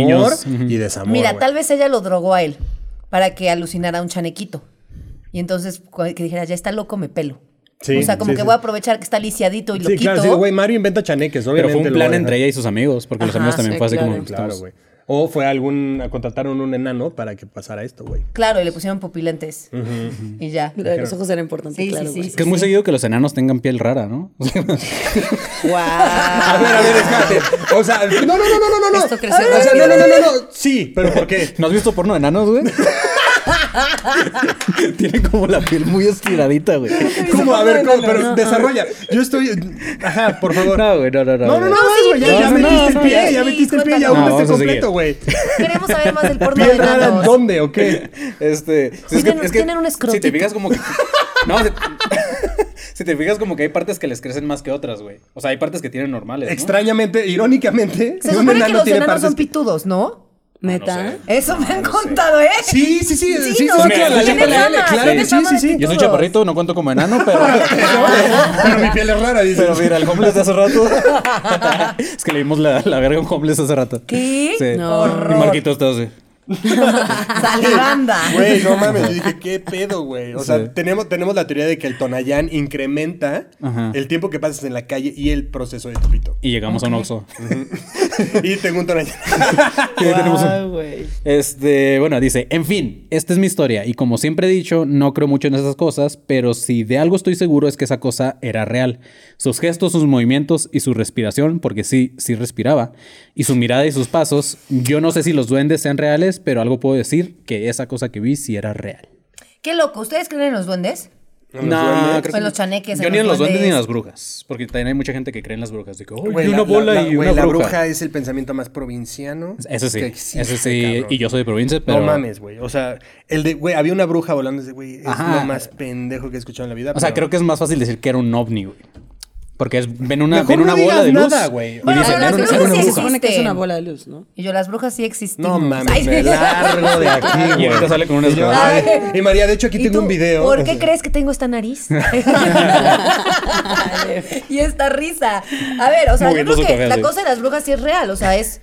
Niños. y desamor. Mira, güey. tal vez ella lo drogó a él para que alucinara un chanequito. Y entonces cu- que dijera, ya está loco, me pelo. Sí, o sea, como sí, que sí. voy a aprovechar que está lisiadito y Sí, loquito. claro, sí, güey, Mario inventa chaneques, Pero obviamente. fue un lo plan voy a entre dejar. ella y sus amigos, porque los Ajá, amigos también sí, fue así como... claro. Claro, estamos- güey. O fue algún. Contrataron un enano para que pasara esto, güey. Claro, y le pusieron pupilantes. Y ya. Los ojos eran importantes, Sí, sí, claro. sí, güey. sí. Que es muy seguido que los enanos tengan piel rara, ¿no? A ver, a ver, espérate. O sea, no, no, no, no, no, no. Esto creció O sea, no, no, no, no, no. Sí, pero ¿por qué? ¿No has visto porno de enanos, güey? Tiene como la piel muy estiradita, güey. ¿Cómo? A ver, ¿cómo? Pero desarrolla. Yo estoy. Ajá, por favor. No, güey, no, no, no. No, no, no, güey. más, güey. Ya, No, ya no, no, metiste no, el ya. pie, ya metiste el pie, ya No, aún vamos a completo, güey. Queremos saber más del porno de ¿Piel rara en enanos. dónde o qué? Este. si Tienen- tienen un Si escrotito. te fijas como que. No, si, si te fijas como que hay partes que les crecen más que otras, güey. O sea, hay partes que tienen normales. ¿no? Extrañamente, irónicamente, Se supone que los enanos son pitudos, ¿no? Ah, ¿Neta? Eso me han contado, ¿eh? Sí, sí, sí, sí, Sí, sí, no, sí, que claro, tienen claro, fama, claro, tienen sí, fama sí, de sí. Yo soy todos. chaparrito, no cuento como enano, pero. Pero mi piel es rara, dice. Pero mira, el homeless de hace rato. es que le dimos la, la verga a un homeless hace rato. ¿Qué? Sí. No. Y Marquito está así. Salivanda. Güey, no mames, yo dije, ¿qué pedo, güey? O Sí. sea, tenemos, tenemos la teoría de que el Tonayán incrementa Ajá. el tiempo que pasas en la calle y el proceso de tu pito. Y llegamos a un Oxxo. Y tengo un Tonayán. Y ahí tenemos un- Ay, güey. Este, bueno, dice, en fin, esta es mi historia y como siempre he dicho, no creo mucho en esas cosas, pero si de algo estoy seguro es que esa cosa era real. Sus gestos, sus movimientos y su respiración, porque sí, sí respiraba, y su mirada y sus pasos, yo no sé si los duendes sean reales, pero algo puedo decir que esa cosa que vi sí era real. Qué loco. ¿Ustedes creen en los duendes? No, creo O que- en Pues los chaneques, Yo en ni en los los duendes ni en duendes. las brujas, porque también hay mucha gente que cree en las brujas, de que, "Ay, Güey, vi la- una bola la- la- y güey, una la bruja. es el pensamiento más provinciano. Eso sí, que existe, eso sí, cabrón. y yo soy de provincia, pero... No mames, güey. O sea, el de, güey, había una bruja volando ese güey. Es Ajá. lo más pendejo que he escuchado en la vida. O sea, pero- creo que es más fácil decir que era un ovni, güey. Porque es, ven una, Mejor ven no una bola digas de luz. nada, güey. Y Bueno, dicen, era pero una- las era brujas una sí Se bruja. supone que es existen. una bola de luz, ¿no? Y yo, las brujas sí existen. No mames, me largo de aquí, güey. Y ahorita sale con una Y yo, escoba. ay, Y María, de hecho, aquí ¿Y tengo tú, un video. ¿Por qué crees que tengo esta nariz? y esta risa. A ver, o sea, yo Moviendo creo su que cabeza, la sí. cosa de las brujas sí es real, o sea, es...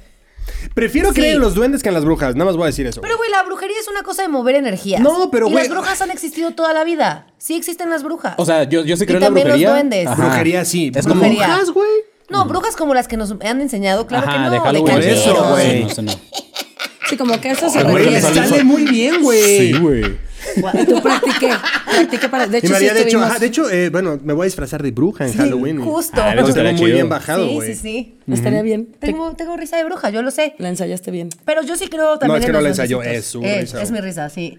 Prefiero Sí. creer en los duendes que en las brujas. Nada más voy a decir eso. Pero, güey, la brujería es una cosa de mover energías. No, pero, Y güey- las brujas han existido toda la vida. Sí existen las brujas. O sea, yo, yo sí Y creo en la también los brujería. duendes. Ajá. Brujería sí. Es como... Brujería. ¿Brujas, güey? no, brujas como las que nos han enseñado, claro Ajá, que no. de Halloween. Por callejeros. eso, güey. Sí, no, sí, no. Sí, como que eso se Ay, güey, Güey, le les refiere. sale- sale muy bien, güey. Sí, güey. Y tú practiqué, practiqué para... De Y hecho, María, sí de hecho, estuvimos- ajá, de hecho, eh, bueno, me voy a disfrazar de bruja en Sí, Halloween. güey. Justo. Ah, de Eso Estaría estuvo muy chido. bien bajado, sí, güey. sí, sí. Estaría bien. Te- Tengo, tengo risa de bruja, yo lo sé. La ensayaste bien. Pero yo sí creo también No, es que en no los la ensayó, duendecitos. es su Eh, risa, Es mi güey. risa, sí.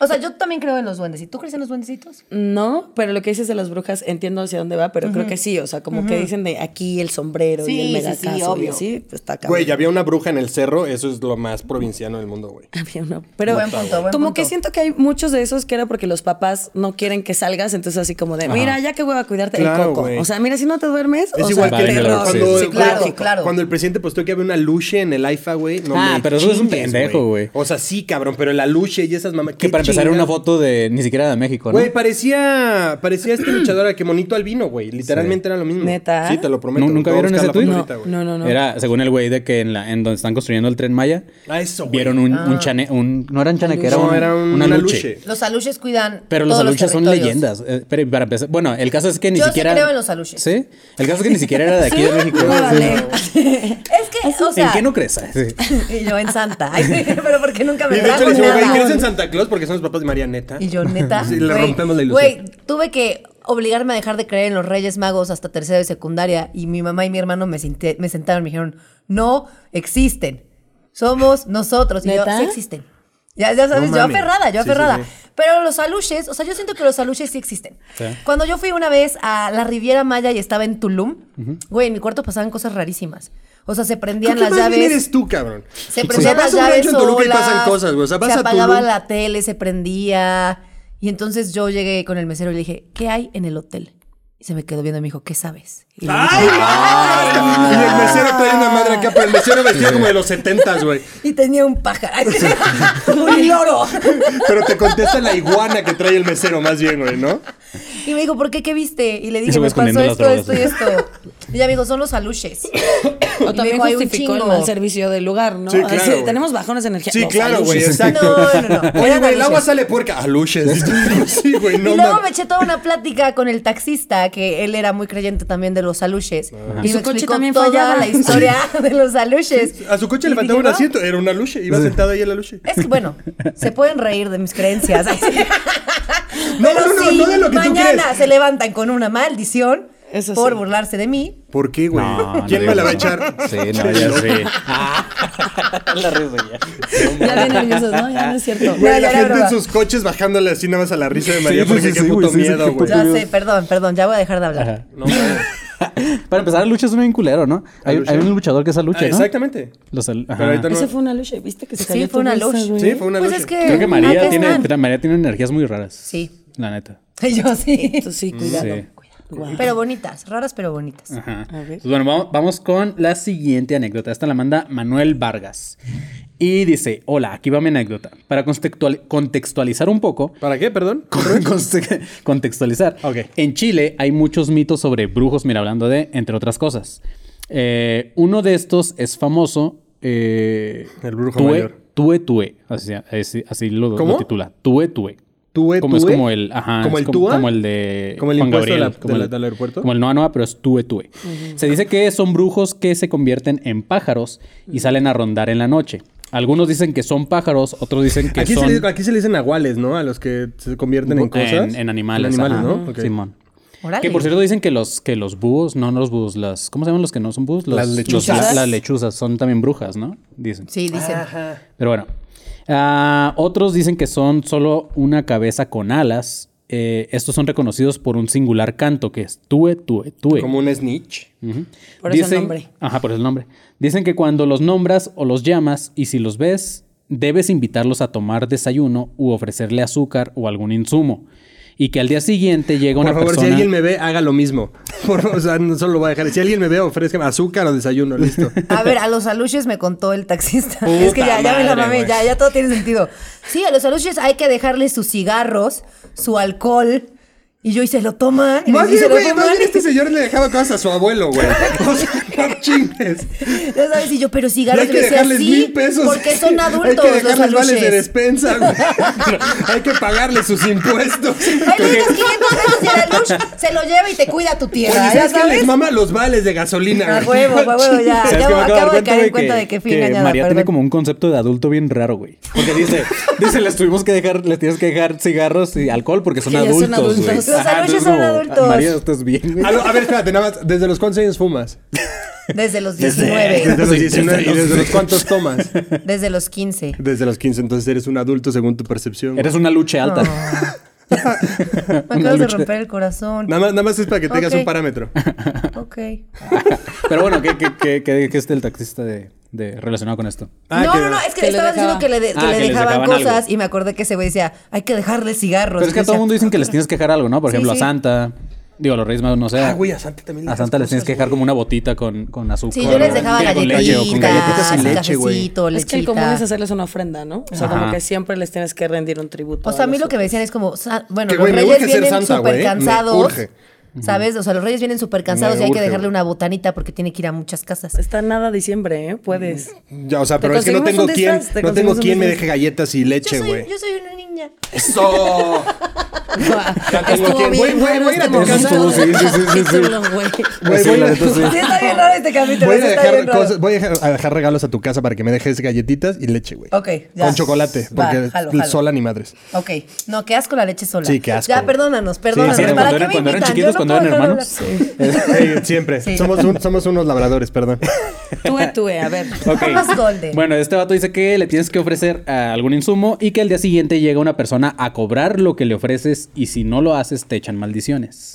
O sea, yo también creo en los duendes. ¿Y tú crees en los duendecitos? No, pero lo que dices de las brujas entiendo hacia dónde va, pero creo que sí. O sea, como que dicen de aquí el sombrero Sí, y el sí, megacaso sí, y obvio. así, pues está cabrón. Güey, había una bruja en el cerro, eso es lo más provinciano del mundo, güey. Había una- Pero Buen punto, buen como punto. que siento que hay muchos de esos que era porque los papás no quieren que salgas, entonces así como de, mira, ya que voy a cuidarte Claro, el coco. güey. O sea, mira, si no te duermes, Es o igual sea, que vale, el- claro, terror. sí. cuando, Sí, claro, cuando- claro. cuando el presidente postó que había una luche en el IFA, güey. No Ah, me pero eso es un chingues, pendejo, güey. O sea, sí, cabrón, pero la luche y esas mamás. Que para empezar era chinga- una foto de ni siquiera de México, ¿no? Güey, parecía, parecía este luchador al que monito albino, güey. Literalmente era lo mismo. ¿Neta? Sí, te lo prometo. ¿Nu- nunca Te voy a vieron buscar ese la foto tuit? ahorita, güey. No, no, no. Era, según el güey, de que en, la, en donde están construyendo el tren Maya, Ah, eso, güey. vieron un, un chane, un, no eran chaneque, era, No, un- era un- una una luche. luche. Los aluches cuidan. Pero los todos aluches son territorios. leyendas. Eh, pero para empezar, bueno, el caso es que ni Yo sí siquiera. creo en los aluches. Sí. El caso es que ni siquiera era de aquí de México. Me vale. Sí. es que, o sea. ¿En qué no crees? Ah, sí. Y yo en Santa. Ay, pero porque nunca me Y de hecho trajo le digo, güey, nada. ¿crees en Santa Claus? Porque son los papás de Marianeta. Y yo, neta. Sí, le güey, rompemos la ilusión. Güey, tuve que obligarme a dejar de creer en los Reyes Magos hasta tercero y secundaria. Y mi mamá y mi hermano me, sinti- me sentaron y me dijeron: No existen. Somos nosotros. Y yo, ¿Neta? sí existen. Ya, ya sabes, No yo mames. aferrada, yo Sí, sí, aferrada. sí. Pero los aluches, o sea, yo siento que los aluches sí existen. Cuando yo fui una vez a la Riviera Maya y estaba en Tulum, güey, en mi cuarto pasaban cosas rarísimas. O sea, se prendían ¿Qué las más bien llaves. eres tú, cabrón? Se o sea, prendían vas las a un llaves rancho en Toluca y pasan solas, cosas, güey. O sea, vas se a apagaba Tulum. la tele, se prendía. Y entonces yo llegué con el mesero y le dije, ¿qué hay en el hotel? Y se me quedó viendo y me dijo, ¿qué sabes? Y le dije, ¡Ay, no! Y el mesero trae una madre acá, pero el mesero vestido como de los setentas, güey. y tenía un pájaro. un loro. Pero te contesta la iguana que trae el mesero, más bien, güey, ¿no? Y me dijo, ¿por qué? ¿Qué viste? Y le Y se fue dije, me pasó escondiendo las esto, esto y drogas. esto. Y ella me dijo, son los aluches. O también dijo, "Hay un justificó el chingo". mal servicio del lugar, ¿no? Sí, claro, Así de, güey. Tenemos bajones de energía. Sí, Los claro, güey, aluches. exacto. No, no, no. Oye, Eran güey, el agua aluches. sale puerca. Aluches. Sí, güey, no y luego mames. me eché toda una plática con el taxista, que él era muy creyente también de los aluches. Y, Ah. Y me su coche explicó también toda fallaba. la historia de los aluches. A su coche le Y Eh, faltaba un dije, "No". asiento, era una luche, iba sentado ahí en la luche. Es que bueno, se pueden reír de mis creencias. Ay, sí. No, Pero no, no, sí, no de lo que tú mañana crees. se levantan con una maldición Eso por sí. burlarse de mí. ¿Por qué, güey? No, no ¿Quién digas me la va a eso. echar? Sí, no, ya sé. la risa ya. Ya bien nerviosos, ¿no? Ya no es cierto. Güey, No, la ya era gente en broma. sus coches bajándole así nada más a la risa de María, sí, porque sí, qué sí, puto güey, sí, sí, miedo, qué güey. Ya sé, perdón, perdón, ya voy a dejar de hablar. No, ah, mames. Para empezar, la lucha es un culero, ¿no? Hay, hay un luchador que es aluche, Ah, ¿no? Exactamente. Los al- ajá. Pero ahorita no. Ese fue una luche, ¿viste? Que se Sí, cayó fue tu una bolsa, luche. güey. Sí, fue una Pues lucha. es que, Creo que María acá tiene, están. tra- María tiene energías muy raras. Sí. La neta. Yo sí. Entonces, sí, cuidado. Sí. cuidado. Pero bonitas, raras pero bonitas. Ah. Ajá. ver. Pues bueno, vamos, vamos con la siguiente anécdota. Esta la manda Manuel Vargas. Y dice, hola, aquí va mi anécdota. Para contextual- contextualizar un poco, ¿Para qué, perdón? con- conte- contextualizar. En Chile hay muchos mitos sobre brujos, mira, hablando de, entre otras cosas. Eh, uno de estos es famoso. eh, El brujo Tue- mayor. Tue Tue. Así, así- así lo, lo ¿Cómo? titula. Tue Tue. ¿Tue como Es Tue? como el. Ajá, ¿Como es el como, Tua? como el de. ¿Como el Juan impuesto de la- Gabriel, como de la- el- del aeropuerto? Como el Noa Noa, pero es Tue Tue. Se dice que son brujos que se convierten en pájaros y salen a rondar en la noche. Algunos dicen que son pájaros, otros dicen que Aquí, son. se le, aquí se le dicen aguales, ¿no? A los que se convierten en cosas. En, en animales. En animales, ajá. ¿no? Ok. Simón. Órale. Que por cierto dicen que los, que los búhos, no, no los búhos, las. ¿Cómo se llaman los que no son búhos? Los- Las los- lechuzas. la- las lechuzas son también brujas, ¿no? Dicen. Sí, dicen. Pero bueno. Ah, otros dicen que son solo una cabeza con alas. Eh, estos son reconocidos por un singular canto que es tue, tue, tue. Como un snitch. Ujú. Por eso el nombre. Ajá, por eso el nombre. Dicen que cuando los nombras o los llamas y si los ves, debes invitarlos a tomar desayuno u ofrecerle azúcar o algún insumo. Y que al día siguiente llega Por una favor, si persona... alguien me ve, haga lo mismo. Por favor, o sea, no solo lo voy a dejar. Si alguien me ve, ofrezca azúcar o desayuno, listo. A ver, a los aluches me contó el taxista. Puta es que ya, ya me la madre, mamé, güey. ya, ya todo tiene sentido. Sí, a los aluches hay que dejarles sus cigarros, su alcohol. Y yo, y se lo toman. y Más les- y se bien, lo güey, más toman. bien este señor le dejaba cosas a su abuelo, güey. O sea, no chingues. Ya sabes, y yo, pero Y cigarros hay y que me decía, dejarles "Sí, mil pesos. Porque son Hay adultos que los dejarles vales de aluches. despensa, güey. Hay que pagarles sus impuestos. Ahí le dejas 500 pesos y el aluche se lo lleva y te cuida tu Oye, tierra. ya ¿sabes que les sabes. mama los vales de gasolina? A güey? huevo, a huevo, ya. ¿Sabes ya qué me acabo, de caer en cuenta de que fui engañada. María tiene perdón. como un concepto de adulto bien raro, güey. Porque dice, dice, les tuvimos que dejar, les tienes que dejar cigarros y alcohol porque son Que ya son adultos, güey. adultos. Los Entonces, Anuches son como, adultos. María, estás bien, güey. A, lo- a ver, espérate, nada más. ¿Desde los cuántos años fumas? Desde los 19, Desde los Sí, 19. desde ¿Y desde los- los cuántos tomas? desde los 15. Desde los 15. Entonces eres un adulto según tu percepción. Eres una lucha alta. Me Una acabas de lucha. romper el corazón. Nada más, nada más es para que tengas Ok. un parámetro. Ok. Pero bueno, ¿qué, qué, qué, qué, qué es el taxista de, de- relacionado con esto? Ah, no, que- no, no, es que que, le estabas dejaba- diciendo que le, de- que Ah, le que les dejaban, dejaban cosas algo. y me acordé que ese güey decía, hay que dejarle cigarros. Pero es que Yo a todo decía, el mundo dicen que les tienes que dejar algo, ¿no? Por Sí, ejemplo, sí. a Santa. Digo, a los Reyes Magos, no sé. Ah, güey, a Santa también le A dejas Santa les tienes que dejar como una botita con, con azúcar. Sí, yo les dejaba o con leche o con galletitas, galletitas sin un leche, güey. cafecito, Es que el común lechita. es hacerles una ofrenda, ¿no? O sea, Ajá. como que siempre les tienes que rendir un tributo. O sea, a mí los lo que me decían es como, sa- bueno, Que, los güey, me reyes urge ser vienen santa, güey, súper me cansados. urge. ¿Sabes? O sea, los reyes vienen súper cansados Me y hay que urge, dejarle güey. una botanita porque tiene que ir a muchas casas. Está nada diciembre, ¿eh? Puedes. Ya, o sea, pero Te es que no conseguimos tengo un quien, disfraz, te no tengo conseguimos un quien me disfraz. deje galletas y leche, güey. yo soy una niña. Eso. Ya tengo Estuvo quien. bien Güey, güey, raro voy a ir a este tu casa. momento. Sí, sí, sí, sí, sí. Capítulo, güey. Güey, Sí, voy la a- neta, sí. Sí, está bien raro este capítulo. Voy a sí está bien dejar raro. cosas, voy a dejar, a dejar regalos a tu casa para que me dejes galletitas y leche, güey. Ok, ya. Con chocolate, Va, porque jalo, jalo. sola ni madres. Ok. No, qué asco la leche sola. Sí, qué asco. Ya, perdónanos, perdónanos. Sí, sí, ¿Para cuando qué eran- me cuando eran invitan? chiquitos, Yo no cuando puedo eran dejar de hermanos. hablar. Eh, siempre. Sí. Somos, un- somos unos labradores, perdón. Tuve, tuve, eh, a ver. Thomas Ok. Golden. Bueno, este vato dice que le tienes que ofrecer ah, algún insumo y que al día siguiente llega una persona a cobrar lo que le ofreces y si no lo haces te echan maldiciones.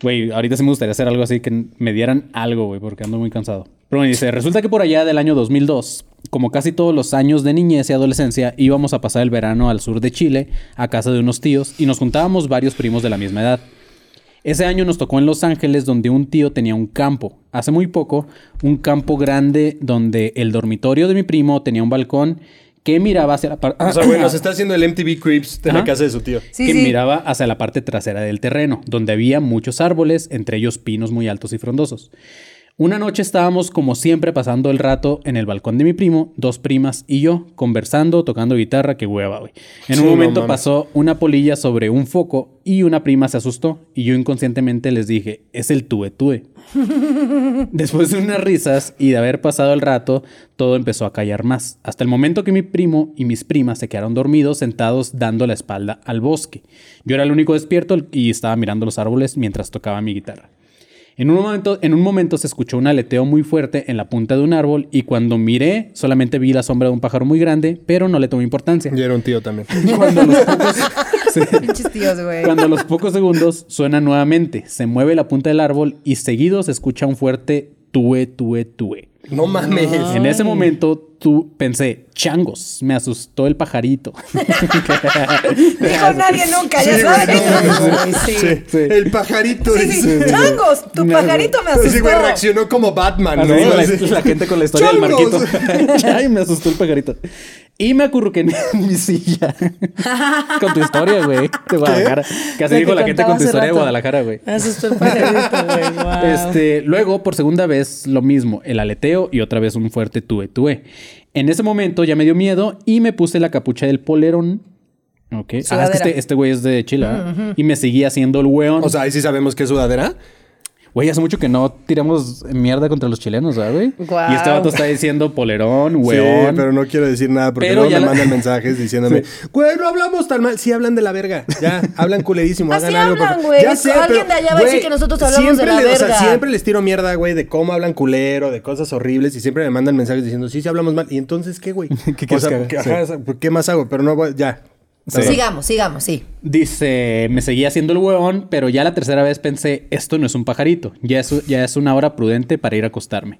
Güey, ahorita sí me gustaría hacer algo así, que me dieran algo, güey, porque ando muy cansado. Pero me dice, resulta que por allá del año 2002, como casi todos los años de niñez y adolescencia, íbamos a pasar el verano al sur de Chile, a casa de unos tíos, y nos juntábamos varios primos de la misma edad. Ese año nos tocó en Los Ángeles donde un tío tenía un campo. Hace muy poco, un campo grande donde el dormitorio de mi primo tenía un balcón que miraba hacia la parte... O sea, Ah. güey, nos está haciendo el MTV Creeps de la casa de su tío. Sí, que sí. miraba hacia la parte trasera del terreno, donde había muchos árboles, entre ellos pinos muy altos y frondosos. Una noche estábamos como siempre pasando el rato en el balcón de mi primo, dos primas y yo, conversando, tocando guitarra, que hueva, güey. En Sí, un no momento mames. pasó una polilla sobre un foco y una prima se asustó y yo inconscientemente les dije, es el tue tue. Después de unas risas y de haber pasado el rato, todo empezó a callar más, hasta el momento que mi primo y mis primas se quedaron dormidos sentados dando la espalda al bosque. Yo era el único despierto y estaba mirando los árboles mientras tocaba mi guitarra. En un, momento, en un momento se escuchó un aleteo muy fuerte en la punta de un árbol y cuando miré solamente vi la sombra de un pájaro muy grande, pero no le tomé importancia. Y era un tío también. Cuando los pocos- Sí. Pinches tíos, güey. Cuando a los pocos segundos suena nuevamente, se mueve la punta del árbol y seguido se escucha un fuerte tue, tue, tue. No mames. En ese momento tú pensé, changos, me asustó el pajarito. Dijo nadie nunca, ya Sí, güey, sabes. no mames. Sí. Sí. El pajarito. Sí, dice. sí. Changos, tu Me- pajarito me Ese Pues güey asustó. reaccionó como Batman, Así ¿no? dijo la, Así. la gente con la historia ¡Changos! del marquito. Ay, me asustó el pajarito. Y me acurruqué en mi silla. con tu historia, güey. De Guadalajara. Que así La dijo que la gente con tu contaba hace historia de rato. Guadalajara, güey. Me asustó el pajarito, güey. Wow. Este, luego, por segunda vez, lo mismo, el aleteo y otra vez un fuerte tué tué. En ese momento ya me dio miedo y me puse la capucha del polerón. Ok. Ah, es Sudadera. que este, este güey es de Chile. ¿verdad? Y me seguía haciendo el weón. O sea, ahí sí sabemos que es sudadera. Güey, hace mucho que no tiramos mierda contra los chilenos, ¿verdad, güey? Guau. Y este vato está diciendo polerón, weón. Sí, pero no quiero decir nada porque Pero luego ya me la- mandan mensajes diciéndome, güey, no hablamos tan mal. Sí, hablan de la verga. Ya, hablan culerísimo. Así hagan algo. por hablan, favor. güey. Ya sé, Alguien pero, de allá va a decir güey, que nosotros hablamos de siempre la le- o sea, verga. siempre les tiro mierda, güey, de cómo hablan culero, de cosas horribles y siempre me mandan mensajes diciendo, sí, sí, hablamos mal. ¿Y entonces qué, güey? ¿Qué o quieres que sea, haga? ¿qué, Sí. ajá, o sea, ¿qué más hago? Pero no voy, ya. Sí. Sigamos, sigamos, sí. Dice, me seguía haciendo el huevón, pero ya la tercera vez pensé, esto no es un pajarito, ya es, ya es una hora prudente para ir a acostarme.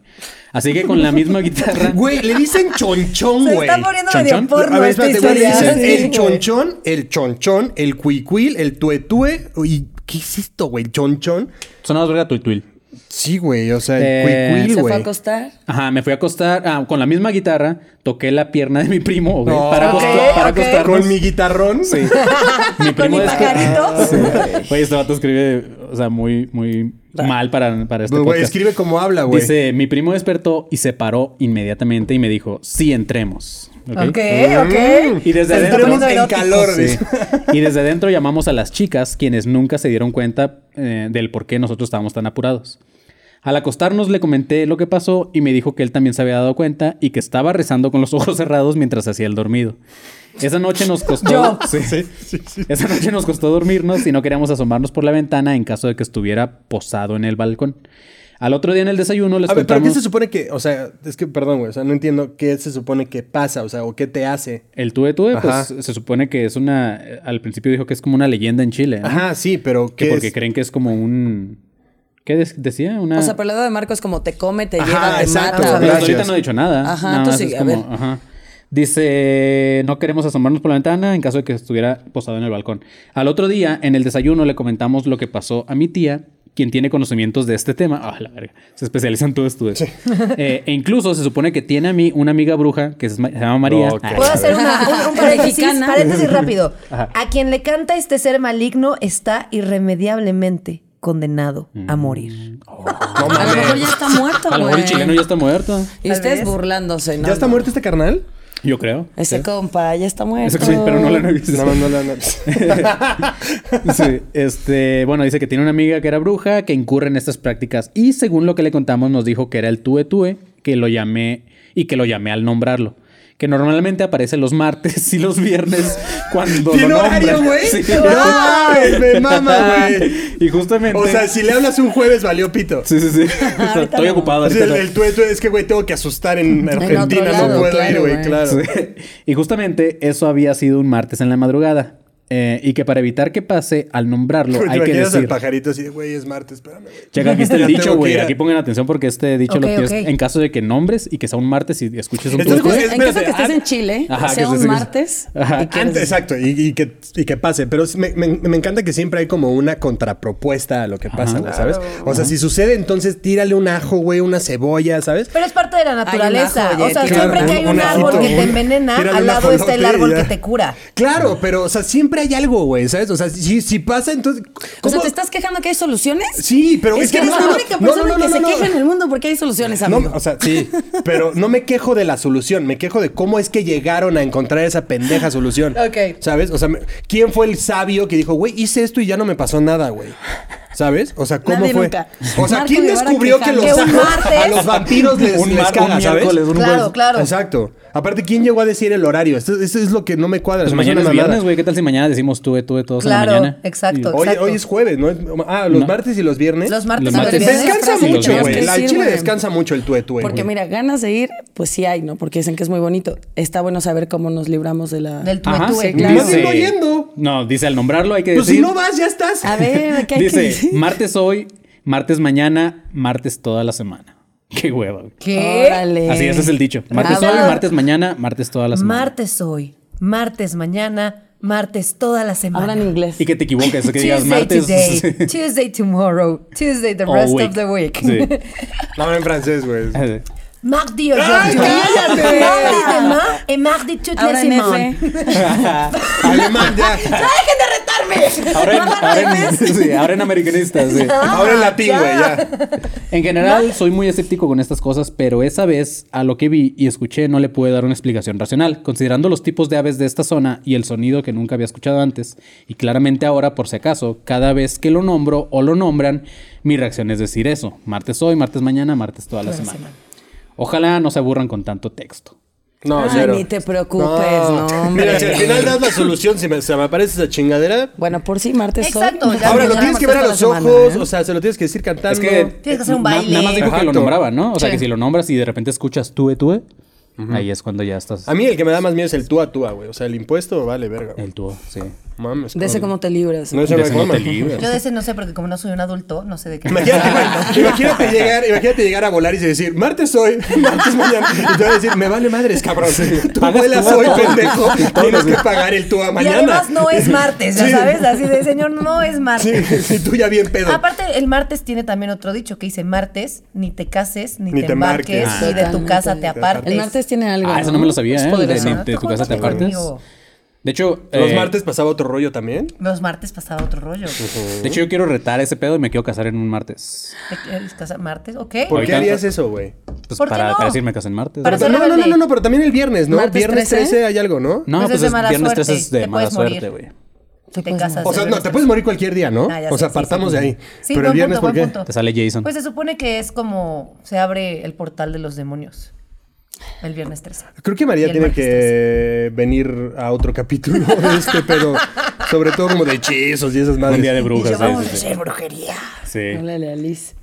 Así que con la misma guitarra... Güey, le dicen chonchón, Se güey. está poniendo ¿Chonchón? medio porno a ver, esta espérate, güey, le historia. dicen Sí, el güey. chonchón, el chonchón, el cuicuil, el tuetue. ¿Y qué es esto, güey? ¿Chonchón? Sonaba verga tuituil. Sí, güey, o sea, el Eh, cuicuil, Se fue a güey. acostar. Ajá, me fui a acostar ah, con la misma guitarra, toqué la pierna de mi primo, güey, No. para, Ok, acosta- para ok. acostarnos. Este Con mi Ah, guitarrón. Sí. Mi primo mi descu- pajarito. Ah, sí. Güey, este vato escribe, o sea, muy, muy mal para, para este Pues, Güey, podcast. escribe como habla, güey. Dice, mi primo despertó y se paró inmediatamente y me dijo, sí, entremos. ¿Ok? Ok, Mm. ok. Y desde Se está adentro- poniendo en erótico. calor. Sí. dice. Y desde adentro llamamos a las chicas, quienes nunca se dieron cuenta eh, del por qué nosotros estábamos tan apurados. Al acostarnos le comenté lo que pasó y me dijo que él también se había dado cuenta y que estaba rezando con los ojos cerrados mientras hacía el dormido. Esa noche nos costó. Sí, Esa noche nos costó dormirnos y no queríamos asomarnos por la ventana en caso de que estuviera posado en el balcón. Al otro día en el desayuno les A ver, ¿pero qué contamos se supone que, o sea, es que, perdón, güey, o sea, no entiendo qué se supone que pasa, o sea, o qué te hace. el tuve tuve, Ajá. pues se supone que es una eh, al principio dijo que es como una leyenda en Chile, ¿no? Ajá, sí, pero que ¿qué porque es? creen que es como un ¿Qué de- decía? Una O sea, pero el lado de Marco es como te come, te Ajá, lleva, te exacto, mata. Pero hasta ahorita Gracias. no he dicho nada. Ajá, Nada tú más sigue, es a ver. ajá. Dice, no queremos asomarnos por la ventana en caso de que estuviera posado en el balcón. Al otro día, en el desayuno, le comentamos lo que pasó a mi tía, quien tiene conocimientos de este tema. Ah, la verga. Se especializa en todo esto. Eh, e incluso se supone que tiene a mí una amiga bruja que es ma- se llama María. Ok. Ah, Puedo hacer una, un, un paréntesis, Mexicana. paréntesis rápido. Ajá. A quien le canta este ser maligno está irremediablemente condenado a morir. A lo mejor ya está muerto, a lo mejor el chileno ya está muerto. Y ustedes burlándose, ¿no? ¿Ya está no. muerto este carnal? Yo creo. Ese Sí. compa ya está muerto. Eso sí, pero no la he visto. No, no, no, no. Sí, este, bueno, dice que tiene una amiga que era bruja, que incurre en estas prácticas y según lo que le contamos nos dijo que era el tue tue, que lo llamé y que lo llamé al nombrarlo. Que normalmente aparece los martes y los viernes cuando ¿Tiene lo horario, nombran. güey? Sí. ¡Ay, me mama, güey! Y justamente... O sea, si le hablas un jueves, valió pito. Sí, sí, sí. Estoy ocupado. Así, ahorita el, no. el tueto es que, güey, tengo que asustar en otro Argentina, lado, no puedo claro, ir, güey, güey. claro. Sí. Y justamente eso había sido un martes en la madrugada. Eh, y que para evitar que pase, al nombrarlo, Güey, ¿Te hay que imaginas al decir... pajarito así de, güey, es martes, espérame, güey. Checa, aquí está el Ya dicho, tengo que güey. ir a- Aquí pongan atención porque este dicho Ok, lo tienes ok. en caso de que nombres y que sea un martes y escuches un Entonces, pues, tubo. En güey, caso espérate, que estés an- en Chile, Ajá, que sea un estés- martes. Ajá. y quieres- Antes, exacto, y, y que, y que pase. Pero sí me, me- me encanta que siempre hay como una contrapropuesta a lo que pasa, güey, ¿sabes? O sea, si sucede, entonces tírale un ajo, güey, una cebolla, ¿sabes? Pero es parte de la naturaleza. ajo, o sea, oye, siempre claro, que hay un- un, un árbol ajito, que te un- envenena, tírale al un lado está ajolote el y árbol ya. que te cura. Claro, pero, o sea, siempre hay algo, güey, ¿sabes? O sea, si, si pasa, entonces. O sea, ¿cómo? ¿te estás quejando que hay soluciones? Sí, pero es, es que que eres no, la no, única no, persona no, no, que no, se no. queja en el mundo porque hay soluciones, No, amigo. o sea, sí, pero no me quejo de la solución, me quejo de cómo es que llegaron a encontrar esa pendeja solución. Ok. ¿Sabes? O sea, me- ¿quién fue el sabio que dijo, güey, hice esto y ya no me pasó nada, güey? ¿Sabes? O sea, ¿cómo Nadie fue? nunca. O sea, Marco ¿quién Guevara descubrió que quejando. los, Que un ajos- martes. a los vampiros les, Un les martes, caga, un ¿sabes? miércoles, un Claro, claro. Exacto. Aparte, ¿quién llegó a decir el horario? Esto, esto es lo que no me cuadra. Pues se me hace mañana es una mamada. viernes, güey. ¿Qué tal si mañana decimos tuve, tuve todos Claro, en la mañana? exacto. Hoy, hoy es jueves, ¿no? Es- Ah, los martes y los viernes. Los martes, Los y los martes. viernes. Descansa Frase. mucho, Los güey. viernes. La Sí, chile güey. descansa mucho el tuetue. güey. Porque mira, ganas de ir, pues sí hay, ¿no? Porque dicen que es muy bonito. Está bueno saber cómo nos libramos de la... Del tuve, Ajá, tuve, sí, claro. Más bien no yendo. No, dice al nombrarlo hay que Pues si decir... no vas, ya estás. A ver, ¿qué hay que dice decir? martes hoy, martes mañana, martes toda la semana. Qué hueva, güey. ¿Qué? Órale. Así, ese es el dicho. Martes Ah, hoy, bueno. martes mañana, martes toda la semana. Martes hoy, martes mañana, martes toda la semana. Ahora en inglés. Y que te equivoques, que digas Tuesday martes... today, Tuesday tomorrow, Tuesday the all rest week. of the week. Sí. No, en francés, güey. Mardi ¡Ay, aujourd'hui. cállate! Mardi demain et mardi toute la Ahora en semaine. F. Alemán, ¡Ya ya. dejen de retarme! Ahora en, Mamá, ahora en- ¿ves? sí, ahora en americanistas, sí. Ah, Ahora en latín, güey, ya. En general, soy muy escéptico con estas cosas, pero esa vez, a lo que vi y escuché, no le pude dar una explicación racional, considerando los tipos de aves de esta zona y el sonido que nunca había escuchado antes. Y claramente ahora, por si acaso, cada vez que lo nombro o lo nombran, mi reacción es decir eso. Martes hoy, martes mañana, martes toda la semana. Ojalá no se aburran con tanto texto. No, Ay, ni te preocupes, no, hombre. Mira, si al final das la solución, si me, se me aparece esa chingadera. Bueno, por sí, martes Exacto, hoy. ya Ahora mañana lo tienes que ver martes a toda los la semana, ojos, ¿eh? o sea, se lo tienes que decir cantando. Es que, Tienes que hacer un na- baile. nada más dijo que lo Exacto. nombraba, ¿no? O sea, Sí. que si lo nombras y de repente escuchas tuve, tuve, eh, ahí es cuando ya estás. A mí el que me da más miedo es el tú a tú, güey. O sea, el impuesto vale verga. güey. El tuvo, sí. Mames. De ese cómo te libras. No se De me ese no coma. te Ah, libras. Yo de ese no sé, porque como no soy un adulto, no sé de qué. Imagínate, güey, imagínate llegar, imagínate llegar a volar y decir, martes hoy, martes mañana. Y te voy a decir, me vale madres, cabrón. Tú Pagas vuelas tú a hoy, todo. pendejo. Tienes que pagar el tú a Y mañana. además no es martes, ya sabes, así de señor, no es martes. Sí, y tú ya bien pedo. Aparte, el martes tiene también otro dicho que dice martes, ni te cases, ni, Ni te te embarques, embarques. ni de tu casa te apartes. El martes tiene algo. Ah, eso no me lo sabía, Es pues ¿eh? poderoso. De- No de tu casa te juntes apartes. conmigo. De hecho, Los eh, martes pasaba otro rollo también. Los martes pasaba otro rollo. De hecho, yo quiero retar ese pedo y me quiero casar en un martes. ¿Te quieres casar martes? ¿Ok? ¿Por Ahorita- qué harías eso, güey? Pues ¿Por qué para, no? para decirme casé en martes. Para ¿no? No, ser no, no, rebelde. no, no, pero también el viernes, ¿no? ¿Martes Viernes 13? 13 hay algo, ¿no? no, Pues pues es de es mala viernes suerte, 13 es de te mala puedes morir. suerte, güey. Te puedes casas. O sea, no, te puedes morir cualquier día, ¿no? Ah, ya o sé, sea, sí, partamos sí. de ahí. Sí, Pero el buen viernes, punto, ¿por buen qué? punto. Te sale Jason. Pues se supone que es como se abre el portal de los demonios. El viernes 13. Creo que Y María el tiene martes que venir a otro capítulo de este pedo. Sobre todo como de hechizos y esas madres. Un día de 13. Y yo, brujas. sí, vamos sí, a sí. hacer brujería. Sí. Háblale a Liz.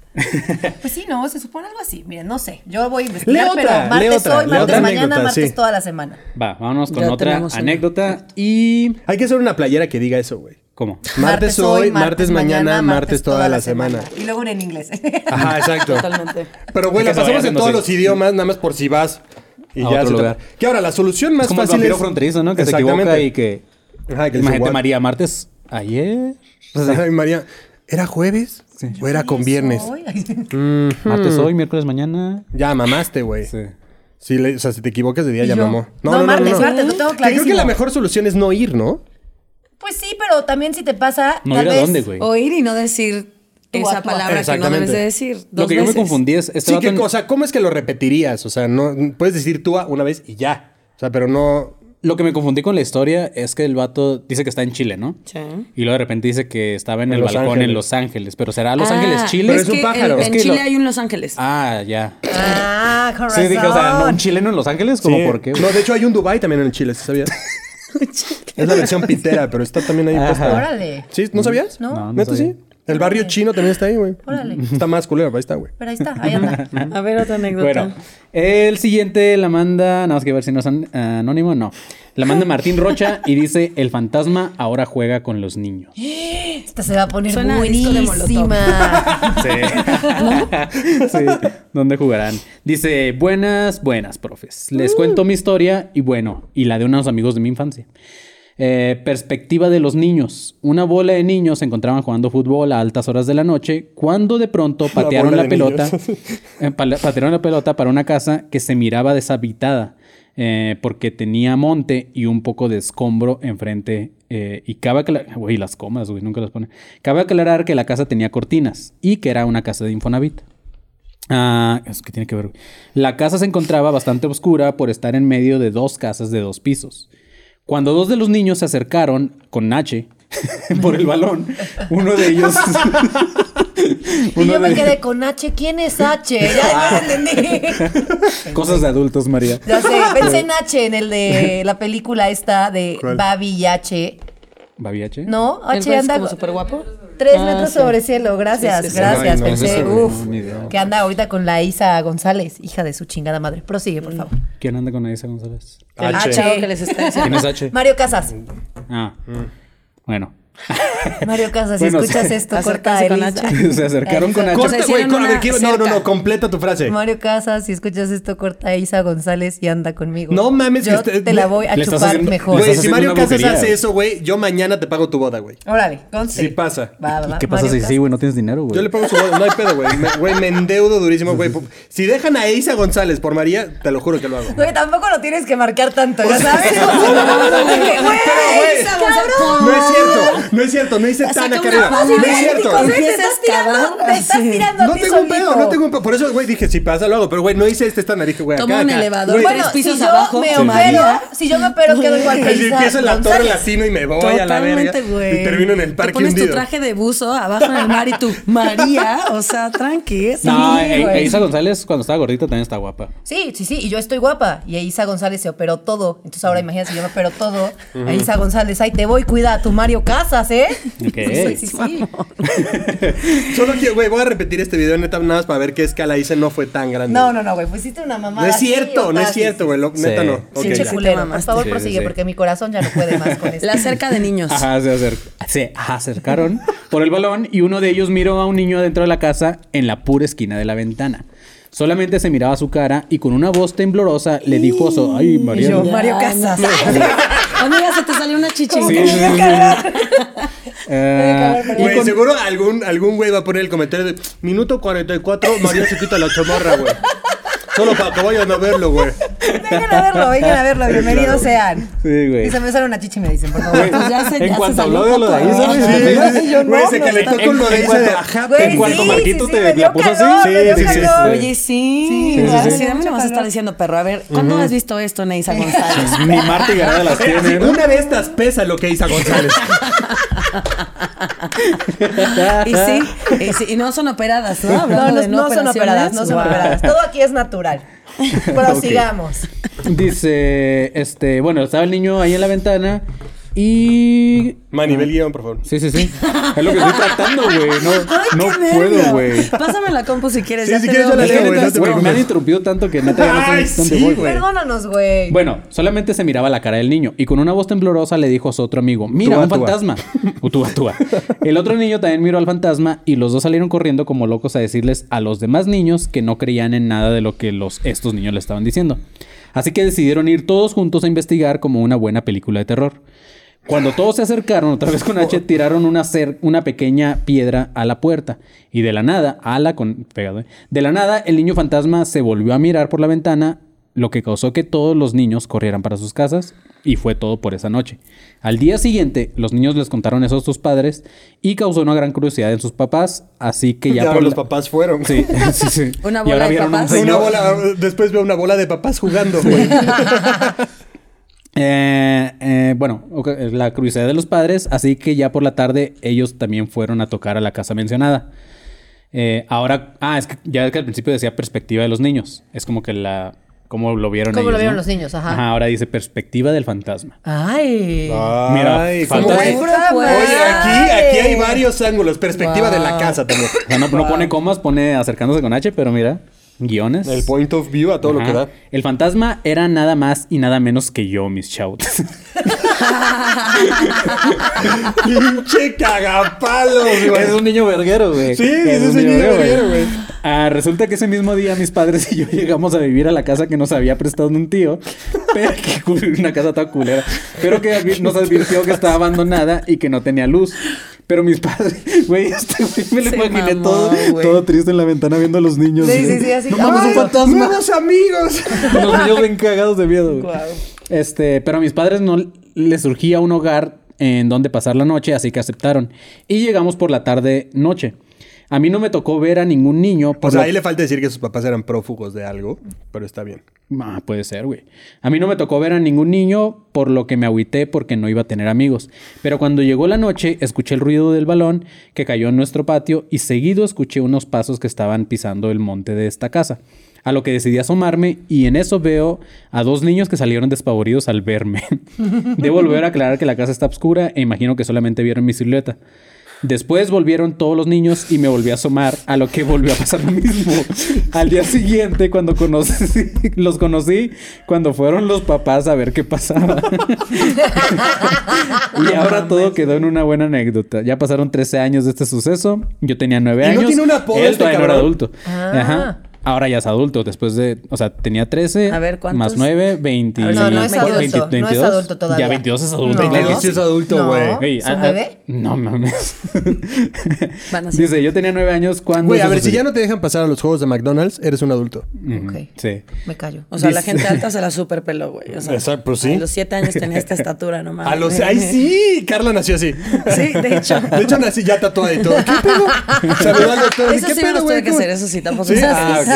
Pues sí, no, se supone algo así. Miren, no sé. Yo voy a Lee investigar, otra, pero lee martes otra, hoy, lee martes otra mañana, anécdota, martes sí. toda la semana. Va, vámonos con Ya otra tenemos una. anécdota y... Hay que hacer una playera que diga eso, güey. ¿Cómo? Martes hoy, martes mañana, martes toda la semana. Y luego una en inglés. Ajá, exacto. Totalmente. Pero güey, Que la se pasamos vayan en todos haciendo los idiomas, nada más por si vas. A Y ya otro se te- lugar. Que ahora, la solución más Es como el fácil vampiro es- fronterizo, ¿no? Que se Exactamente. equivoca y que... Ajá, que Imagínate dice, María, martes ayer, "What?" Ay, María, ¿era jueves? ¿O era con viernes? martes hoy, miércoles mañana. Ya mamaste, güey. Sí. Sí, le- o sea, si te equivocas de día, ya yo? mamó. No, martes, martes, lo tengo Que creo que clarísimo. la mejor solución es no ir, ¿no? Pues sí, pero también si te pasa. No tal ir a vez- dónde, güey. Oír y no decir Tú esa actúa. palabra que no debes Exactamente. de decir. Dos Lo que yo me veces. confundí es... Este sí, vato que, en- o sea, ¿cómo es que lo repetirías? O sea, no puedes decir tú una vez y ya. O sea, pero no. Lo que me confundí con la historia es que el vato dice que está en Chile, ¿no? Sí. Y luego de repente dice que estaba en, En el Los balcón en Ángeles. Los Ángeles. Pero será Los Ah, Ángeles, Chile. Pero es un que pájaro. En, Es en que Chile lo- hay un Los Ángeles. Ah, ya. Ah, con Sí, dije, o sea, ¿no? razón. un chileno en Los Ángeles, como por qué? No, de hecho hay un Dubai también en Chile, ¿sí ¿sabías? es la versión pitera, pero está también ahí puesta. Órale. ¿Sí? ¿No sabías? No. No, no Neto, sabía. sí. El barrio chino también está ahí, güey. Órale. Está más culero, ahí está, güey. Pero ahí está, ahí anda. A ver, otra anécdota. Bueno, el siguiente la manda, nada más que ver si no es an- anónimo, no. La manda Martín Rocha y dice, el fantasma ahora juega con los niños. Esta se va a poner Suena a disco de Molotov. buenísima. Sí. sí. ¿Dónde jugarán? Dice, buenas, buenas, profes. Les cuento mi historia y bueno, y la de unos amigos de mi infancia. Eh, perspectiva de los niños. Una bola de niños se encontraban jugando fútbol a altas horas de la noche cuando de pronto patearon bola la, de pelota. niños. eh, pala- patearon la pelota para una casa que se miraba deshabitada eh, porque tenía monte y un poco de escombro enfrente. eh, y cabe aclarar, güey, las comas, güey, nunca las pone. Cabe aclarar que la casa tenía cortinas y que era una casa de Infonavit. Ah, eso que tiene que ver. güey. La casa se encontraba bastante oscura por estar en medio de dos casas de dos pisos. Cuando dos de los niños se acercaron con Nache por el balón, uno de ellos. Y yo uno me de- quedé con H. ¿Quién es H? Ya no lo entendí. Cosas de adultos, María. Ya sé, pensé en H, en el de la película esta de ¿Cuál? Babi y H. ¿Babiache? No, ¿El H güey es anda. como súper guapo? Tres Ah, metros sí. sobre cielo, gracias, Sí, sí, sí. gracias. Ay, no, pensé, ese güey, no, uff, ni idea. que anda ahorita con la Isa González, hija de su chingada madre. Prosigue, por favor. ¿Quién anda con Aisa González? El H. chavo que les está diciendo. ¿Quién es H? Mario Casas. Ah. Mm. Bueno. Mario Casas, si Bueno, escuchas se- esto, corta a acércate con Elisa. H. Se acercaron con Elisa. H. Corta, hicieron güey, con- a ver, una quiero- No, no, no, cerca. completa tu frase. Mario Casas, si escuchas esto, corta a Isa González y anda conmigo. No mames, Yo que este- te la voy a Le estás chupar haciendo- mejor. Estás Güey, si haciendo Mario una Casas brujería. hace eso, güey, yo mañana te pago tu boda, güey. Órale, conste. Sí pasa. Va, va, ¿Y va. qué pasa Mario si sí, Casas. güey? No tienes dinero, güey. Yo le pago su boda, no hay pedo, güey. Me- Güey, me, endeudo durísimo, güey. Si dejan a Isa González por María, te lo juro que lo hago. Güey, tampoco lo tienes que marcar tanto, ¿ya sabes? Porque, güey, güey, Isa González- No es cierto, no es cierto, no hice tan acá arriba. No es cierto. Te Empiezas estás tirando, cavando, te estás sí. tirando a No ti tengo un pedo, solito. no tengo un pedo. Por eso, güey, dije, si pasa, lo hago. Pero, güey, no hice este estándar. Dije, güey, acá, Toma un acá. elevador, Güey, tres pisos si abajo. yo me Sí. opero, si yo me opero, quedo igual que el Isa empiezo en la torre González. latino y me voy a la verga. Totalmente, güey. Y termino en el Te parque pones tu hundido. traje de buzo abajo en el mar y tú, María, o sea, tranqui. es No, amigo, eh, güey. Isa González cuando estaba gordita también está guapa. Sí, sí, sí, y yo estoy guapa. Y a Isa González se operó todo. Entonces ahora imagínate si yo me opero todo. A Isa González, ahí te voy, cuida a tu Mario Casas, ¿eh? Ok. Sí, sí, sí. Solo que, güey, voy a repetir este video neta nada más para ver qué escala hice. No fue tan grande. No, no, no, güey, pusiste una mamada. No es así, cierto, no otra, es cierto, güey. lo- Neta Sí. no. Sí, Ok, ya. Sí, Pinche te culero. Por mamaste. favor, Sí, sí, prosigue, sí. porque mi corazón ya no puede más con este esto. La cerca de niños. Ajá, se, acer- se acercaron por el balón y uno de ellos miró a un niño adentro de la casa en la pura esquina de la ventana. Solamente se miraba su cara y con una voz temblorosa le dijo a su... Ay, María. Yo, no. Mario Casas. Amiga, se te salió una chichi. Sí, sí, sí, sí. Ah, y Güey, con- seguro algún algún güey va a poner el comentario de minuto 44, María se quita la chamorra, güey. Solo para caballos no verlo, güey. Vengan a verlo, vengan a verlo. Bienvenidos sean. Sí, güey. Y se me sale una chichi, me dicen, por favor. Güey, Pues ya se- en ya cuanto se salió habló de un lo de poco. ahí, ¿sabes? Sí, Yo no, güey, se no, calentó está- con lo de en esa de cuanto- ajá, Güey, en cuanto sí, Marquito sí, te sí, me dio la puso así. calor, me dio Sí, sí, sí, calor. sí. Oye, sí. Sí, ¿verdad? sí, sí. Sí, a mí no me vas a estar diciendo perro. A ver, ¿cuándo has visto esto, Neisa González? Ni Pues Marta y Gareda las Mira, tiene, si ¿no? una de estas pesa lo que Isa González. Y sí, y sí, y no son operadas, ¿no? No, Hablando no, de no son operaciones. operadas, no son Wow. operadas. Todo aquí es natural. Prosigamos. Dice, este, bueno, estaba el niño ahí en la ventana y... Manny, ve el guión, por favor. Sí, sí, sí. Es lo que estoy tratando, güey. No, Ay, qué no nervio. puedo, güey. Pásame la compu si quieres. Sí, ya si te quieres veo. yo la leo, güey, no te Güey, me han preocupes. interrumpido tanto que neta ya no sé Ay, dónde sí, voy. güey. Perdónanos, güey. Bueno, solamente se miraba la cara del niño y con una voz temblorosa le dijo a su otro amigo, mira, Túa, un túa". fantasma. Utúa, túa. El otro niño también miró al fantasma y los dos salieron corriendo como locos a decirles a los demás niños que no creían en nada de lo que los, estos niños le estaban diciendo. Así que decidieron ir todos juntos a investigar como una buena película de terror. Cuando todos se acercaron, otra vez con H, tiraron una, cer- una pequeña piedra a la puerta. Y de la nada, ala con pegado, ¿eh? De la nada, el niño fantasma se volvió a mirar por la ventana, lo que causó que todos los niños corrieran para sus casas. Y fue todo por esa noche. Al día siguiente, los niños les contaron eso a sus padres y causó una gran curiosidad en sus papás. Así que ya, Ya por los la- papás fueron. Sí, sí, sí. Una Y bola ahora de vieron un papás. Una señor- bola, después veo una bola de papás jugando, güey. Eh, eh, bueno, ok, es la curiosidad de los padres, así que ya por la tarde ellos también fueron a tocar a la casa mencionada. Eh, ahora, ah, es que ya ves que al principio decía perspectiva de los niños. Es como que la. ¿Cómo lo vieron Cómo ellos? lo vieron ¿no? los niños, ajá. ahora dice perspectiva del fantasma. Ay. Mira, falta- ¿cómo ves? Puta madre. Oye, aquí, aquí hay varios ángulos. Perspectiva de la casa también. O sea, no, no pone comas, pone acercándose con H, pero mira, guiones. El point of view a todo lo Ajá. que da. El fantasma era nada más y nada menos que yo, mis chavos. Pinche cagapalos, güey. Es un niño verguero, güey. Sí, es sí, un sí, niño verguero, güey. Ah, resulta que ese mismo día mis padres y yo llegamos a vivir a la casa que nos había prestado un tío. Pero que cu- una casa toda culera. Pero que advi- nos advirtió que estaba abandonada y que no tenía luz. Pero mis padres, güey, este güey me lo Se imaginé mamó, todo, güey. todo triste en la ventana viendo a los niños. Sí, güey. sí, sí, así. No mames, un Ay, fantasma. ¡Nuevos amigos! Los niños ven cagados de miedo. güey. Este, pero a mis padres no les surgía un hogar en donde pasar la noche, así que aceptaron. Y llegamos por la tarde noche. A mí no me tocó ver a ningún niño. por O sea, lo- ahí le falta decir que sus papás eran prófugos de algo, pero está bien. Ah, puede ser, güey. A mí no me tocó ver a ningún niño, por lo que me agüité porque no iba a tener amigos. Pero cuando llegó la noche, escuché el ruido del balón que cayó en nuestro patio y seguido escuché unos pasos que estaban pisando el monte de esta casa. A lo que decidí asomarme y en eso veo a dos niños que salieron despavoridos al verme. Debo volver a aclarar que la casa está oscura e imagino que solamente vieron mi silueta. Después volvieron todos los niños y me volví a asomar, a lo que volvió a pasar lo mismo. Al día siguiente, cuando conocí, los conocí, cuando fueron los papás a ver qué pasaba. y ahora todo quedó en una buena anécdota. Ya pasaron 13 años de este suceso. Yo tenía 9 Y no años. tiene un apodo Él este todavía no era cabrón. Ah. adulto. Ajá. Ahora ya es adulto, después de, o sea, tenía 13, A ver, ¿cuántos? más 9, 20. No, no es 20, 22. adulto. No es adulto todavía. Ya 22 es adulto. No. claro que 22 sí. es adulto, No. güey. Ey, ¿Su ah, ah, bebé? No mames. Van a ser. Dice, yo tenía nueve años cuando. Güey, a eso ver, si sucedió". ya no te dejan pasar a los juegos de McDonald's, eres un adulto. Ok. Sí. Me callo. O sea, la gente alta se la superpeló, güey. O sea, Exacto, pues sí. A los siete años tenía esta estatura nomás. A los... ¡Ay, sí! Carla nació así. Sí, de hecho. De hecho, nací ya tatuada y todo. ¿Qué pedo? Saludó al doctor. Eso ¿Qué sí me pedo, los tuve güey? que ¿Cómo- hacer, eso sí, tampoco ¿Sí? se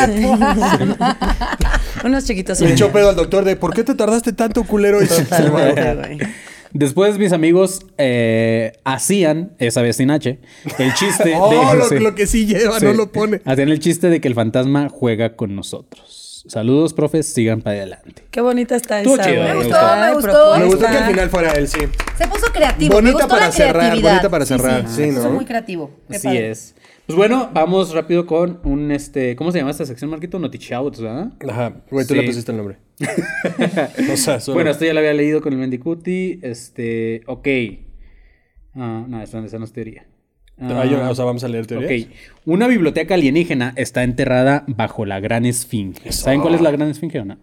hace. Ah, Unos chiquitos. Le echó pedo al doctor de ¿por qué te tardaste tanto, culero? Y se- Totalmente, güey. Después mis amigos eh, hacían, esa vez sin H, el chiste de. Oh, lo, sí. lo que sí lleva, Sí. no lo pone. Hacían el chiste de que el fantasma juega con nosotros. Saludos, profes, sigan para adelante. Qué bonita está Estuvo esa, chido, güey. me gustó, me Ay, gustó. propuesta. Me Ahí gustó que al final fuera él, sí. Se puso creativo. Bonita me gustó para la cerrar, creatividad. bonita para cerrar, sí, Se puso ¿no? muy creativo. Qué Así padre. es. Pues bueno, vamos rápido con un este. ¿Cómo se llama esta sección, Marquito? Notichouts, ¿verdad? Ajá. Güey, tú le Sí. pusiste el nombre. o sea, solo- Bueno, esto ya lo había leído con el Mendicuti. Este, ok. Ah, no, esa, esa no es teoría. Ah, Ay, o sea, vamos a leer teoría. ok. Una biblioteca alienígena está enterrada bajo la gran esfinge. ¿Saben cuál es la gran esfinge o no?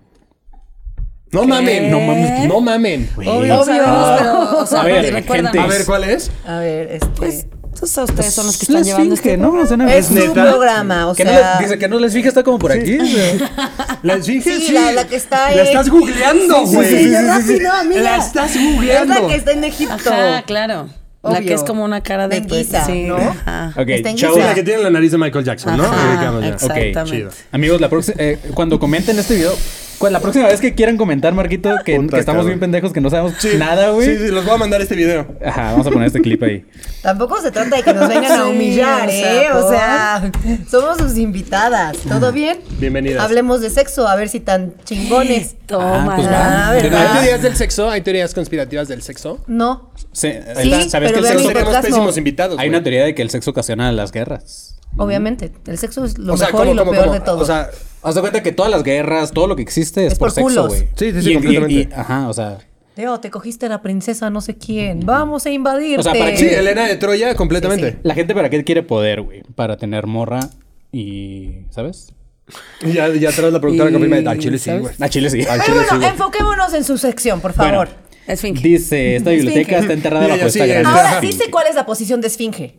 No mamen, no mamen, no mamen. Obvio, Obvio. Ah. sabemos, pero, o sea, A ver, recuérdame. gente. A ver, ¿cuál es? A ver, este. Entonces, a ustedes son los que La están llevando esfinge, este ¿no? O sea, no- Es su neta? programa, o que no sea. le- dice que no les fije, está como por aquí. La esfinge, Sí, la- la que está La en- estás googleando, Sí, sí, güey. sí, ¿verdad? Sí, no, mira. La estás Es la googleando. que está en Egipto. Ajá, claro. La Obvio. que es como una cara de Ah, De Giza, ¿no? ajá. Ok, Está en chao. Sí, la que tiene la nariz de Michael Jackson, ¿no? Ajá, Ahí quedamos ya. exactamente. Ok, chido. Amigos, la próxima, eh, cuando comenten este video, cu- la próxima vez que quieran comentar, Marquito, que, Puta, que estamos cabrón. bien pendejos, que no sabemos nada, güey. Sí, sí, los voy a mandar este video. Ajá, vamos a poner este clip ahí. Tampoco se trata de que nos vengan a Sí, humillar, o sea, ¿eh? O por- sea, somos sus invitadas. ¿Todo bien? Bienvenidas. Hablemos de sexo, a ver si tan chingones. Ah, pues Ah, va. ¿verdad? De ¿Hay nada. teorías del sexo? ¿Hay teorías conspirativas del sexo? No. Se- Sí, está- ¿Sabes que pero el vean Pero mi sexo seremos podcast, no. pésimos invitados. Hay güey. una teoría de que el sexo ocasiona las guerras. Obviamente, el sexo es lo O sea, mejor y ¿cómo, lo cómo, peor cómo? de todo. O sea, Haz de cuenta que todas las guerras, todo lo que existe es, Es por, por sexo, culos. güey. Sí, sí, sí, Y- y- completamente. y- ajá, o sea. Teo, te cogiste a la princesa no sé quién. Vamos a invadirte. O sea, para- sí, Elena de Troya completamente. La gente para qué quiere poder, güey. Para tener morra y. ¿Sabes? Y Ya, ya traes la productora Y- confirma de al chile sí, güey. A Chile sí. Al Pero chile sí, bueno, güey. enfoquémonos en su sección, por favor. Bueno, Esfinge. Dice, esta biblioteca está enterrada Mira, bajo ya esta sigue. gran Ahora sí esfinge. sé cuál es la posición de esfinge.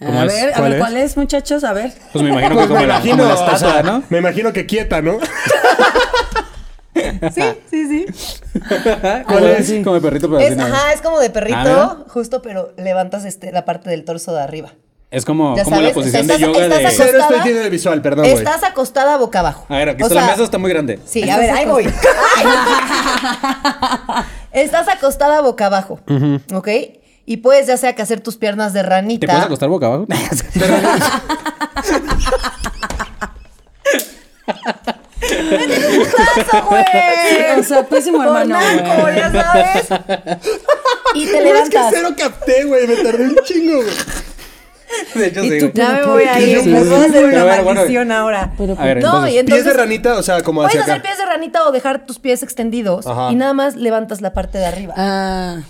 ¿Cómo a es? ver, a ¿Cuál ver, es? ¿cuál es, muchachos? A ver. Pues me imagino que Pues como, me la, imagino, como la o sea, estatua, ¿no? Me imagino que quieta, ¿no? Sí, sí, sí. ¿Cuál es? Como el perrito pero así Es, Pues, no. ajá, es como de Ah, perrito, ¿verdad? justo, pero levantas este, la parte del torso de arriba. Es como, Ya como la sabes, posición estás- de yoga estás de... acostado. Pero estoy tiene el visual, perdón, güey. Estás acostada boca abajo. A ver, aquí O está la sea, mesa, está muy grande. Sí, a ver, ahí voy. Ay. Estás acostada boca abajo, ¿ok? Y puedes ya sea que hacer tus piernas de ranita. ¿Te puedes acostar boca abajo? ¡Eso, güey! O sea, pésimo Por hermano, naco, güey. ya sabes. Y te Pero es que levantas. cero capté, güey. Me tardé un chingo, güey. de hecho, sí. güey. Ya me voy a ir. Sí, Me sí, voy a sí. hacer Pero una a ver, bueno, maldición ahora. A ver, no, entonces, y Pies entonces. de ranita, o sea, como Puedes hacia hacer acá. pies de ranita o dejar tus pies extendidos Ajá. y nada más levantas la parte de arriba. Ah,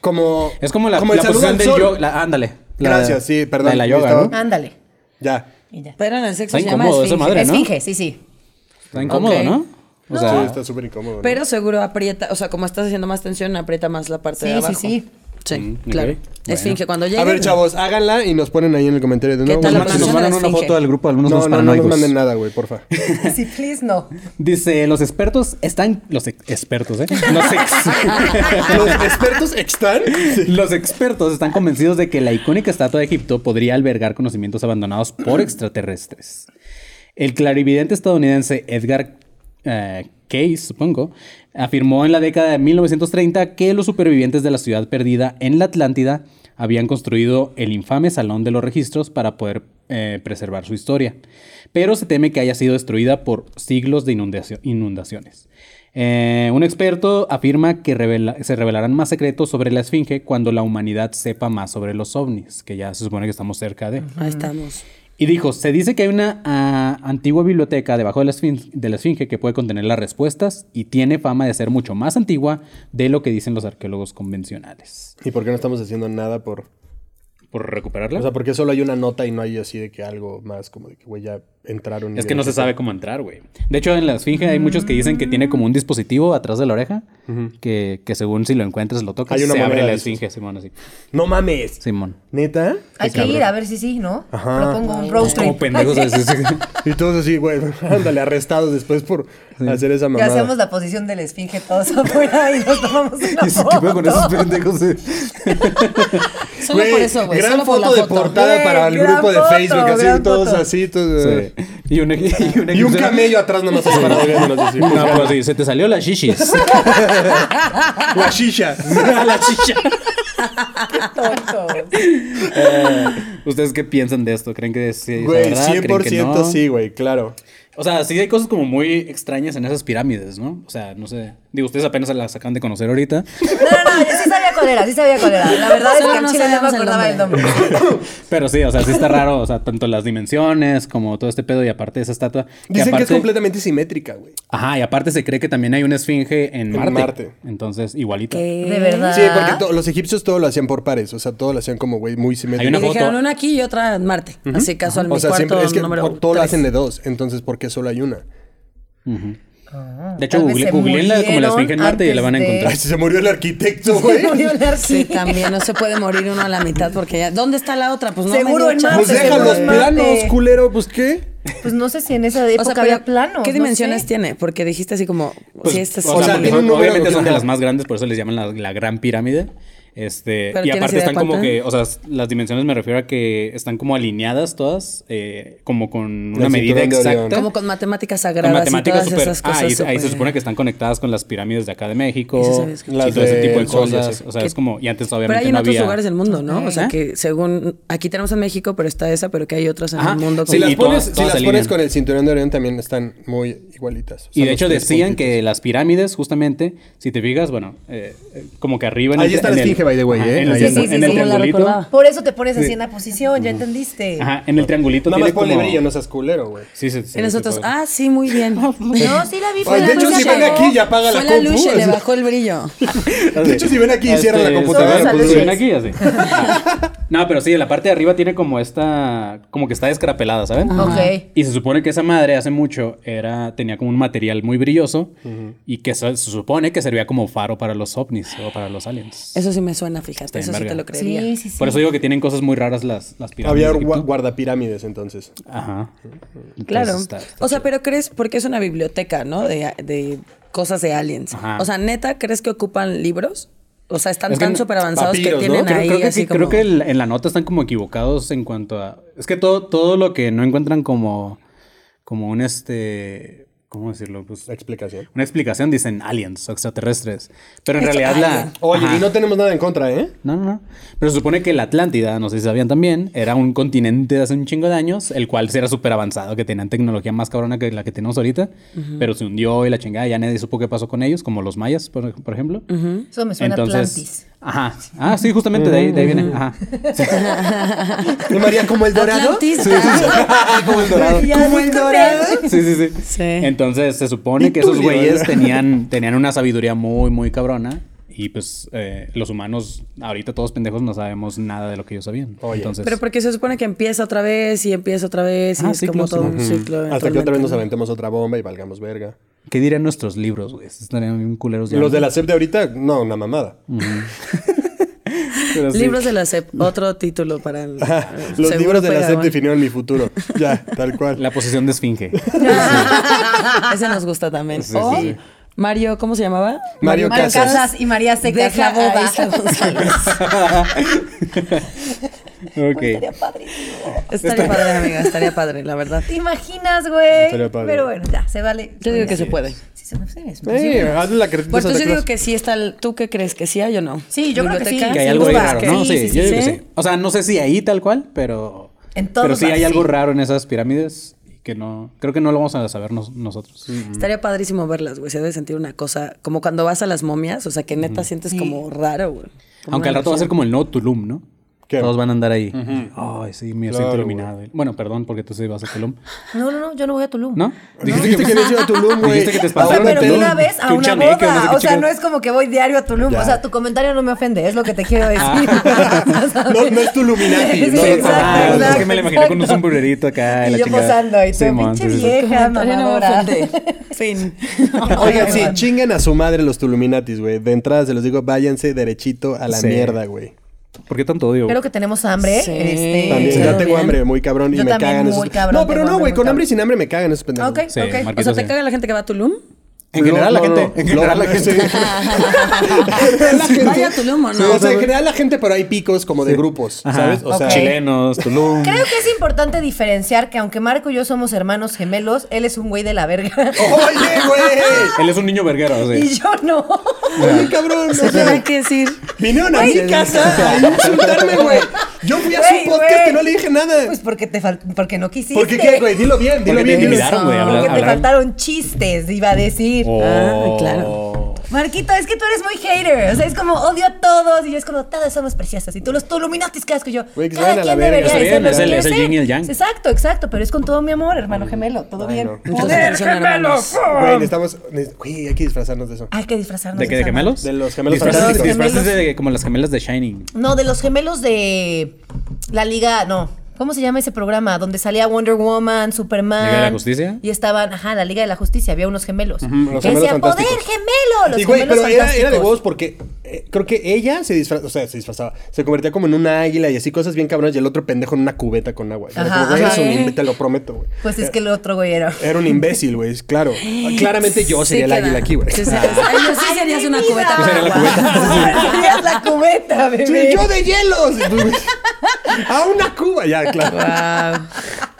Como. Es como la, el la saludo posición al del sol. yoga. la- ándale. La- Gracias, sí, perdón, La de la yoga, estaba- ¿no? Ándale. Ya. Y ya. pero en el sexo Está se llama incómodo esa esfinge. madre. ¿no? Esfinge, sí, sí. Está incómodo, Ok. ¿no? O sea, Sí, está súper incómodo. ¿no? Pero seguro aprieta, o sea, como estás haciendo más tensión, aprieta más la parte Sí, de sí, abajo. sí. Sí, Mm, ok. claro. Bueno. Esfinge, cuando llegue. A ver, chavos, háganla y nos ponen ahí en el comentario de ¿Qué nuevo. tal la güey, si nos Mansión de mandan la una Esfinge. foto del grupo de No, alumnos no, no, no nos paranoicos. manden nada, güey, porfa. Sí, please, no. Dice, los expertos están... Los ex- expertos, ¿eh? Los ex... ¿Los expertos están? Los expertos están convencidos de que la icónica estatua de Egipto podría albergar conocimientos abandonados por extraterrestres. El clarividente estadounidense Edgar eh, Case, supongo, afirmó en la década de 1930 que los supervivientes de la ciudad perdida en la Atlántida habían construido el infame Salón de los Registros para poder eh, preservar su historia, pero se teme que haya sido destruida por siglos de inundacio- inundaciones. Eh, un experto afirma que revela- se revelarán más secretos sobre la Esfinge cuando la humanidad sepa más sobre los ovnis, que ya se supone que estamos cerca de. Ahí estamos. Y dijo, se dice que hay una ah, antigua biblioteca debajo de la, esfin- de la esfinge que puede contener las respuestas y tiene fama de ser mucho más antigua de lo que dicen los arqueólogos convencionales. ¿Y por qué no estamos haciendo nada por...? ¿Por O recuperarla? sea, ¿por qué solo hay una nota y no hay así de que algo más como de que, güey, ya entraron? y es que no se vieron sabe cómo entrar, güey. De hecho, en la esfinge hay muchos que dicen que tiene como un dispositivo atrás de la oreja que, que según si lo encuentras, lo tocas, Hay una se abre moneda, la dices. esfinge, Simón, así. qué- ¡No mames! Simón. ¿Neta? Hay que ir a ver si sí, ¿no? Propongo un road Todos trip. como pendejos. así, sí, sí. Y todos así, güey, ándale, arrestados después por hacer esa Ya mamada. hacemos la posición del esfinge todos afuera y nos tomamos una Dices, ¿Qué pedo con esos foto. pendejos? Solo por eso, güey. Gran Solo por foto, la de foto. portada Güey, para el gran grupo de foto, Facebook, así gran todos foto. así. todos, Sí. pues, Y un, y un, Y un camello atrás nomás así parado viéndonos así. No, pues sí, se te salió la shishis. La shisha. la chicha. Tontos. Eh, ¿Ustedes qué piensan de esto? ¿Creen que sí es Güey, verdad? ¿Creen que 100% no? sí, güey, claro. O sea, sí hay cosas como muy extrañas en esas pirámides, ¿no? O sea, no sé. Digo, ustedes apenas las acaban de conocer ahorita. No, no, no, yo sí sabía cuál era, sí sabía cuál era. La verdad es Solo que en no Chile no me sabemos el acordaba el nombre. nombre. Pero sí, o sea, sí está raro. O sea, tanto las dimensiones como todo este pedo y aparte esa estatua. Dicen que aparte, es completamente simétrica, güey. Ajá, y aparte se cree que también hay una esfinge en En Marte. Marte. Entonces, igualita. Eh, De verdad. Sí, Ah. porque to- los egipcios todo lo hacían por pares, o sea, todo lo hacían como, güey, muy Hay simétrico. una Y dijeron foto. una aquí y otra en Marte. Así casual, mi O sea, cuarto siempre es que número por- todo lo tres. hacen de dos, entonces ¿por qué solo hay una? De hecho, Tal vez google- se googleen la- como la murieron Esfinge en Marte y la van a antes de- Eh. encontrar. Ay, se murió el arquitecto, güey. Sí, también no se puede morir uno a la mitad porque ya. ¿Dónde está la otra? Pues no Seguro me dio en chance. Pues Marte, deja seguro los en Marte. planos, culero, pues qué. Pues no sé si en esa época O sea, pero había planos. ¿Qué no dimensiones sé. tiene? Porque dijiste así como. Pues, sí, este es- o sea, o sea, tiene un número obviamente son de ajá. las más grandes, por eso les llaman la, la gran pirámide. Este, Pero y ¿tienes aparte idea están como cuánto? que, o sea, s- las dimensiones me refiero a que están como alineadas todas, eh, como con una El medida cinturón de Orión. exacta. como con matemáticas Con sagradas matemáticas y todas súper- esas ah, cosas. y- ahí se súper- supone que están conectadas con las pirámides de acá de México. Eso sabías que- y Las todo ese de tipo de El Sol y cosas. así. O sea, es como, y antes Pero obviamente hay en no otros había. lugares del mundo, ¿no? O sea, Ajá. que según aquí tenemos en México, pero está esa, pero que hay otras en Ajá. el mundo. Sí, Si como- las y todas- pones, todas si las se pones alinean. con el cinturón de Orión también están muy igualitas. O sea, Y de los hecho tres decían puntitos. que las pirámides, justamente, si te fijas, bueno, eh, eh, como que arriba en Ahí está la en esfinge, by the way, ajá, ¿eh? En el, Ahí está. triangu- en el como la triangulito. recordaba. Por eso te pones así en la posición, ya entendiste. Ajá, en el triangulito Nada más tiene ponle como... brillo, no seas culero, güey. Sí, sí, sí, En los sí, otros, puede. ah, sí, muy bien. No, sí la vi. fue Oye, la de hecho, luz si que ven llegó. aquí, ya apaga la Fue la luz, compu. le bajó el brillo. "Ah, De hecho, si ven Este, aquí y cierran la computadora, Todos pues, a ven aquí güey. así. No, pero sí, en la parte de arriba tiene como esta. Como que está descrapelada, ¿saben? Ok. Y se supone que esa madre hace mucho era, tenía como un material muy brilloso y que se, se supone que servía como faro para los ovnis o para los aliens. Eso sí me suena, fíjate. en Eso sí verga. te lo creería. Sí, sí, sí. Por eso digo que tienen cosas muy raras las, las pirámides. Había de gua- Egipto. guardapirámides entonces. Ajá. Entonces Claro. está- está o sea, chido. pero crees, porque es una biblioteca, ¿no? De, de cosas de aliens. Ajá. O sea, neta, ¿crees que ocupan libros? O sea, están Es que tan no- súper avanzados papiros, que ¿no? tienen Creo, ahí creo que, así sí, como... creo que el- en la nota están como equivocados en cuanto a. Es que todo, todo lo que no encuentran como. Como un este. ¿Cómo decirlo? Pues, La explicación. una explicación, dicen aliens o extraterrestres. Pero en realidad la. Oye, Ajá. y no tenemos nada en contra, ¿eh? No, no, no. Pero se supone que la Atlántida, no sé si sabían también, era un continente de hace un chingo de años, el cual sí era súper avanzado, que tenían tecnología más cabrona que la que tenemos ahorita, pero se hundió y la chingada, ya nadie supo qué pasó con ellos, como los mayas, por, por ejemplo. Eso me suena a Atlantis. Ajá. Ah, sí, justamente de ahí, de ahí viene. Ajá. Sí. ¿Y María como el dorado? Atlantis. como el dorado. ¿Cómo el dorado? Sí, sí, sí, Sí. Entonces se supone que esos güeyes ¿eh? tenían, tenían una sabiduría muy, muy cabrona. Y pues eh, los humanos, ahorita todos pendejos, no sabemos nada de lo que ellos sabían. Entonces, Pero porque se supone que empieza otra vez y empieza otra vez y Ah, es como ciclos, todo un ujú. ciclo. Mm. Hasta que otra vez eventualmente, nos ¿no? aventemos otra bomba y valgamos verga. ¿qué dirían nuestros libros, güey? Estarían bien culeros Pues ya. Los de ¿no? la CEP de ahorita, no, una mamada. Pero sí. Libros de la SEP, otro título para el... eh, Los seguro libros de la pega, CEP bueno. definieron mi futuro. Ya, tal cual. La posición de esfinge. Ese nos gusta también. Sí, sí, O sí. Mario, ¿cómo se llamaba? Mario Mario Casas. Casas y María Secas, Deja la a boda. Isla González. ok. Estaría padre, amiga, estaría padre, la verdad. ¿Te imaginas, güey? Estaría padre. Pero bueno, ya, se vale. Yo digo que se puede. Sí, se sí, es Eh, posible. hazle la cartita Pues entonces yo Santa digo Claus. que sí está el... ¿Tú qué crees? ¿Que sí hay o no? Sí, yo creo que ¿Biblioteca? sí. Que hay sin algo ahí duda. raro, ¿no? Sí, Sí, sí, yo digo que sí. sí. O sea, no sé si ahí tal cual, pero. En todos pero sí lados, hay algo sí. raro en esas pirámides y que no. Creo que no lo vamos a saber nos- nosotros. Mm. Estaría padrísimo verlas, güey. Se debe sentir una cosa... Como cuando vas a las momias, o sea, que neta sientes como raro, güey. Como Aunque al una rato va a ser como el no Tulum, ¿no? ¿Qué? Todos van a andar ahí. Ay, sí, me siento Claro, iluminado. Bueno, perdón, porque tú sí vas a Tulum. No, no, no, yo no voy a Tulum. ¿No? Dijiste que habías ido a Tulum, güey. Ah, Dijiste que te O sea, Ahora pero Tulum, una vez que a un una chaneque, no sé boda. qué O sea, chingados. no es como que voy diario a Tulum. Ya. Ah. O sea, tu comentario no me ofende, es lo que te quiero decir. No, no es tu Illuminati, Sí, no, Sí, exacto, ah, exacto, es que me la imaginé con un exacto. sombrerito acá. Y la yo chingada. posando y tú, Simón, pinche sí, sí, sí. vieja, Comentario no me mamadora. ofende. Fin. Oigan, sí, chingan a su madre los Tuluminatis, güey. De entrada se los digo, váyanse derechito a la Sí. mierda, güey. ¿Por qué tanto odio? Creo que tenemos hambre. Sí. Este, También, claro, ya tengo bien. hambre, muy cabrón, y Yo me también, cagan muy esos. cabrón, no, pero tengo no, güey, hambre, con muy hambre y sin hambre me cagan esos pendejos. Ok, Sí, ok. Marquito, O sea, ¿te sí. caga la gente que va a Tulum? En general, la gente. En general, la gente. la gente. Vaya Tulum, ¿o no? Sí, o sea, en general la gente, pero hay picos como de grupos, Ajá. ¿sabes? O sea, Ok. Chilenos, Tulum. Creo que es importante diferenciar que aunque Marco y yo somos hermanos gemelos, él es un güey de la verga. Oye, güey. Él es un niño verguero, o sea. Y yo no. Oye, cabrón. O Se te sea, da que decir. vinieron a mi casa a insultarme, güey. Yo fui a Güey, su podcast güey. y no le dije nada. Pues porque te fal- porque no quisiste. ¿Por qué qué, güey? Dilo bien, dilo Porque te bien. dilo- intimidaron, güey. Porque hablar- te hablar- faltaron chistes, iba a decir. Oh. Ah, claro. Marquito, es que tú eres muy hater. O sea, es como odio a todos. Y yo es como todos somos preciosas. Y tú los tuluminatis que asco yo. Güey, que se Cada vayan a quien la verga. debería Está de bien, ser lo es que el- quiere es el ser. yin y el yang. Exacto, exacto. Pero es con todo mi amor, hermano gemelo. Todo bien. Entonces no son hermanos. Güey, necesitamos. ne- Güey, hay que disfrazarnos de eso. Hay que disfrazarnos. ¿De qué? esa ¿De gemelos? De los gemelos Disfraces- fantásticos. disfraces de como las gemelas de Shining. madre. No, de los gemelos de la liga. No. ¿Cómo se llama ese programa? Donde salía Wonder Woman, Superman. ¿Liga de la Justicia? Y estaban, ajá, la Liga de la Justicia. Había unos gemelos. los que gemelos decían, ¡poder fantásticos". gemelo! Los Y, güey, gemelos pero era, era de fantásticos. huevos porque eh, creo que ella se disfrazaba, o sea, se disfrazaba, se convertía como en una águila y así cosas bien cabronas y el otro pendejo en una cubeta con agua. Y era Ajá, como, güey, ajá. eres un imbécil, te lo prometo, güey. Pues es que el otro güey era. Era un imbécil, güey, claro. Claramente yo sería el queda. águila aquí, güey. Ah, Sí, sí, sí. Ay, yo sí Ay, serías mi una vida. cubeta. Yo sería la cubeta. Sí, sí. Serías la cubeta, bebé. Sí, yo de hielos. Y tú, güey, A una cuba, ya, claro.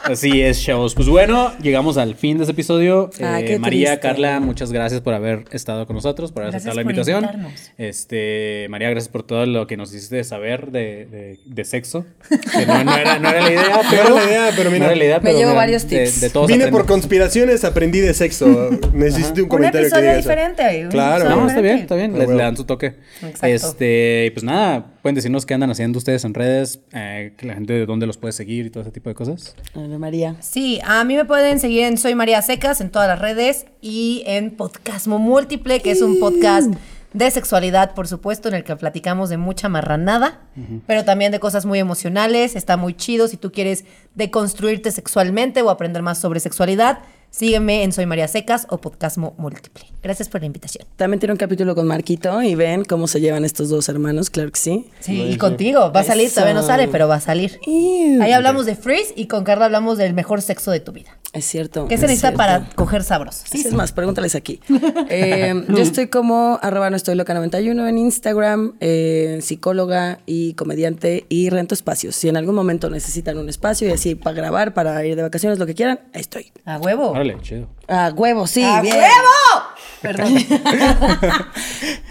Así es, chavos. Pues bueno, llegamos al fin de este episodio. Ay, Eh, qué María, triste. Carla, muchas gracias por haber estado con nosotros, por haber Gracias aceptado la por invitación. invitarnos. Este, María, gracias por todo lo que nos hiciste saber de, de- de sexo. Que no, no era, no era la idea, pero. era la idea, pero mira. no era la idea, Me pero llevo mira, varios de- tips. De, todos Vine por aprendemos. conspiraciones, aprendí de sexo. Necesité un comentario que episodio diga eso. diferente, un Claro. episodio No, güey. está bien, está bien. Ah, Le, bueno. le dan su toque. Exacto. Este, y pues nada, pueden decirnos qué andan haciendo ustedes en redes, eh, que la gente de dónde los puede seguir y todo ese tipo de cosas. Ana María. Sí, a mí me pueden seguir en Soy María Secas en todas las redes y en Podcasmo Múltiple, que es un podcast de sexualidad, por supuesto, en el que platicamos de mucha marranada, pero también de cosas muy emocionales. Está muy chido si tú quieres deconstruirte sexualmente o aprender más sobre sexualidad. Sígueme en Soy María Secas o Podcasmo Múltiple. Gracias por la invitación. También tiene un capítulo con Marquito y ven cómo se llevan estos dos hermanos, claro que sí. Sí, y contigo. Va a salir, Eso. todavía no sale, pero va a salir. Ahí hablamos de Freeze y con Carla hablamos del mejor sexo de tu vida. Es cierto. ¿Qué se es necesita cierto. para coger sabroso? Sí, es más, pregúntales aquí. Eh, yo estoy como arroba no estoy loca 91 en Instagram, eh, psicóloga y comediante y rento espacios. Si en algún momento necesitan un espacio y así para grabar, para ir de vacaciones, lo que quieran, ahí estoy. A huevo. Órale, chido. A Ah, huevo, sí. ¡A bien. Ah, huevo! Perdón.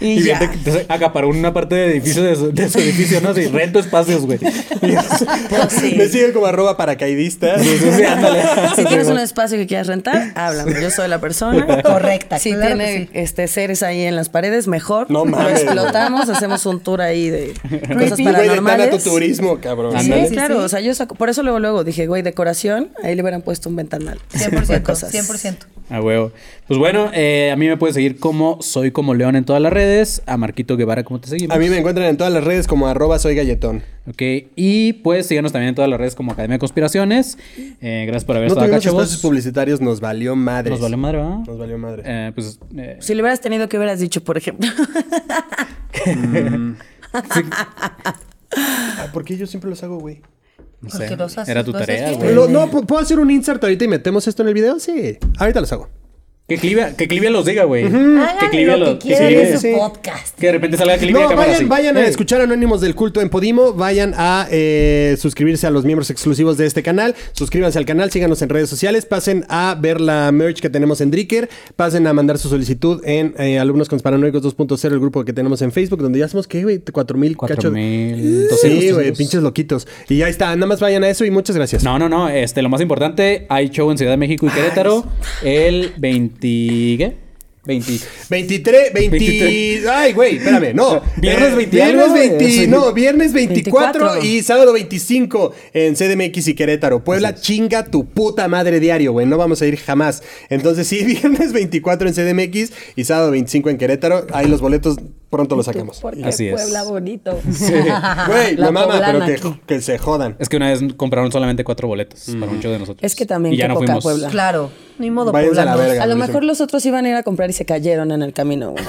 Y, Y bien, ya. te, te acaparó una parte de edificio de su, de su edificio, ¿no? Sí, rento espacios, güey. Me siguen como arroba paracaidista. Sí, ándale. Si tienes un espacio que quieras rentar, háblame. Yo soy la persona. Correcta, Si claro que tiene sí. este, seres ahí en las paredes, mejor. No Lo mames. explotamos, hacemos un tour ahí de cosas Güey, de paranormales. tu turismo, cabrón. Sí, Ándale. claro, o sea, yo saco- por eso luego luego dije, güey, decoración, ahí le hubieran puesto un ventanal. Ese tipo de 100%, cosas. 100%. A huevo. Pues bueno, eh, a mí me puedes seguir como Soy Como León en todas las redes. A Marquito Guevara, ¿cómo te seguimos? A mí me encuentran en todas las redes como arroba soy galletón. Ok, y pues síganos también en todas las redes como Academia de Conspiraciones. Eh, gracias por haber No estado acá, tuvimos chavos. espacios publicitarios, nos valió madre. Nos valió madre, ¿verdad? Nos valió madre. Eh, pues, eh, Si le hubieras tenido que hubieras dicho, por ejemplo. Ah, ¿Por qué yo siempre los hago, güey? no Porque sé. los haces, Era tu los haces tarea, bien. güey. Lo- no, ¿pu- ¿puedo hacer un insert ahorita y metemos esto en el video? Sí. Ahorita los hago. Que Clivia, que Clivia los diga, güey. Que Hagan Clivia lo que los que, quieran Clivia- en su sí. podcast. que de repente salga Clivia de No, cámara vayan, así. Eh, vayan a Ey. escuchar Anónimos del Culto en Podimo, vayan a eh, suscribirse a los miembros exclusivos de este canal, suscríbanse al canal, síganos en redes sociales, pasen a ver la merch que tenemos en Dricker, pasen a mandar su solicitud en eh, Alumnos con Paranoicos 2.0, el grupo que tenemos en Facebook, donde ya somos, ¿qué, güey? 4.000 Cuatro cacho. mil Sí, doscientos. güey, pinches loquitos. Y ya está, nada más vayan a eso y muchas gracias. No, no, no. Este, lo más importante, hay show en Ciudad de México y Querétaro el 20... ¿Qué? 20... 23, 20. 23. Ay, güey, espérame, no. Viernes Eh, 20 Viernes algo, 20, eh, no, viernes 24, 24. y sábado 25 en CDMX y Querétaro. Puebla, chinga tu puta madre diario, güey. No vamos a ir jamás. Entonces, sí, viernes 24 en CDMX y sábado 25 en Querétaro. Ahí los boletos pronto los sacamos. Porque Así es. Puebla bonito. Güey, La me mama, pero poblana que, aquí. que se jodan. Es que una vez compraron solamente cuatro boletos para un show de nosotros. Es que también Y ya qué no poca fuimos. Puebla. Claro, ni modo Váyanse a la poblanos. verga. A lo buenísimo. mejor los otros iban a ir a comprar y se cayeron en el camino. güey.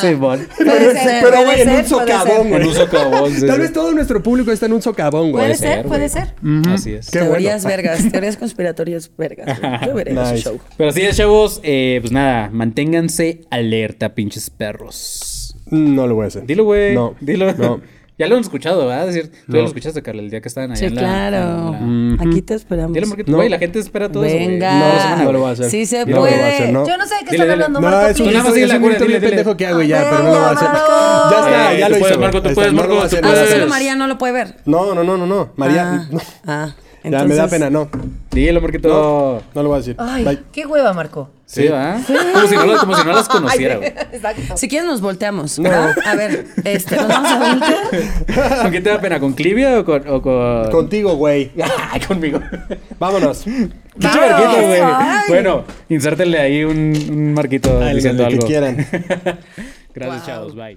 Simón. Pero, ser, pero, puede güey, en un ser, puede socavón, ser. güey. En un socavón, sí, Tal sí. vez todo nuestro público está en un socavón, güey. Puede ser, güey. puede ser. Así es. Qué bueno. teorías vergas, teorías conspiratorias vergas. güey. Yo veré ese Nice. show. Pero así es, chavos. eh, pues nada, manténganse alerta, pinches perros. No lo voy a hacer. Dilo, güey. No. Dilo. No. Ya lo han escuchado, ¿verdad? Es decir, tú ya lo escuchaste, Carla, el día que estaban allá. Sí, en la- claro. en la- Aquí te esperamos. Dilo, porque Mm. No. güey, la gente espera todo eso. güey. Venga. No, no lo voy a hacer. Sí se No lo voy a puede. hacer, no. Yo no sé de qué Dile, están dile. hablando, No, Marco. es un, Tú nada más es sigue un la cura, grito dile, bien dile. pendejo que hago ya, Venga, pero no lo voy a hacer. Marco. Ya está, Eh, ya tú lo hice. puedes, güey. Marco, tú Ahí puedes, está, no Marco, lo tú Ah, o voy a hacer, no lo voy a sea, puedes. solo hacer. María no lo puede ver. No, no, no, no, no. María. Ah, no. ah, Ya me da entonces- pena, no. Dilo, porque todo. No, no lo voy a decir. Ay, Bye. qué hueva, Marco. Sí, ¿verdad? Como si no, lo- como si no las conociera, güey. Exacto. Si quieres nos volteamos. ¿va? A ver, este, nos vamos a voltear. ¿Con quién te da pena? ¿Con Clivia o con.? O con... Contigo, güey. Ay, conmigo. Vámonos. Pinche marquito, güey. Bueno, insártenle ahí un, un marquito Al- diciendo al que algo. quieran. Gracias, chavos. Bye.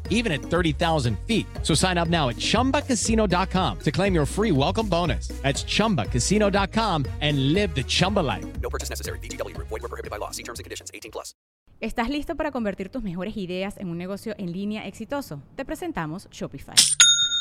even at 30,000 feet. So sign up now at ChumbaCasino.com to claim your free welcome bonus. That's ChumbaCasino.com and live the Chumba life. No purchase necessary. BGW. Void were prohibited by law. See terms and conditions. 18 plus. ¿Estás listo para convertir tus mejores ideas en un negocio en línea exitoso? Te presentamos Shopify.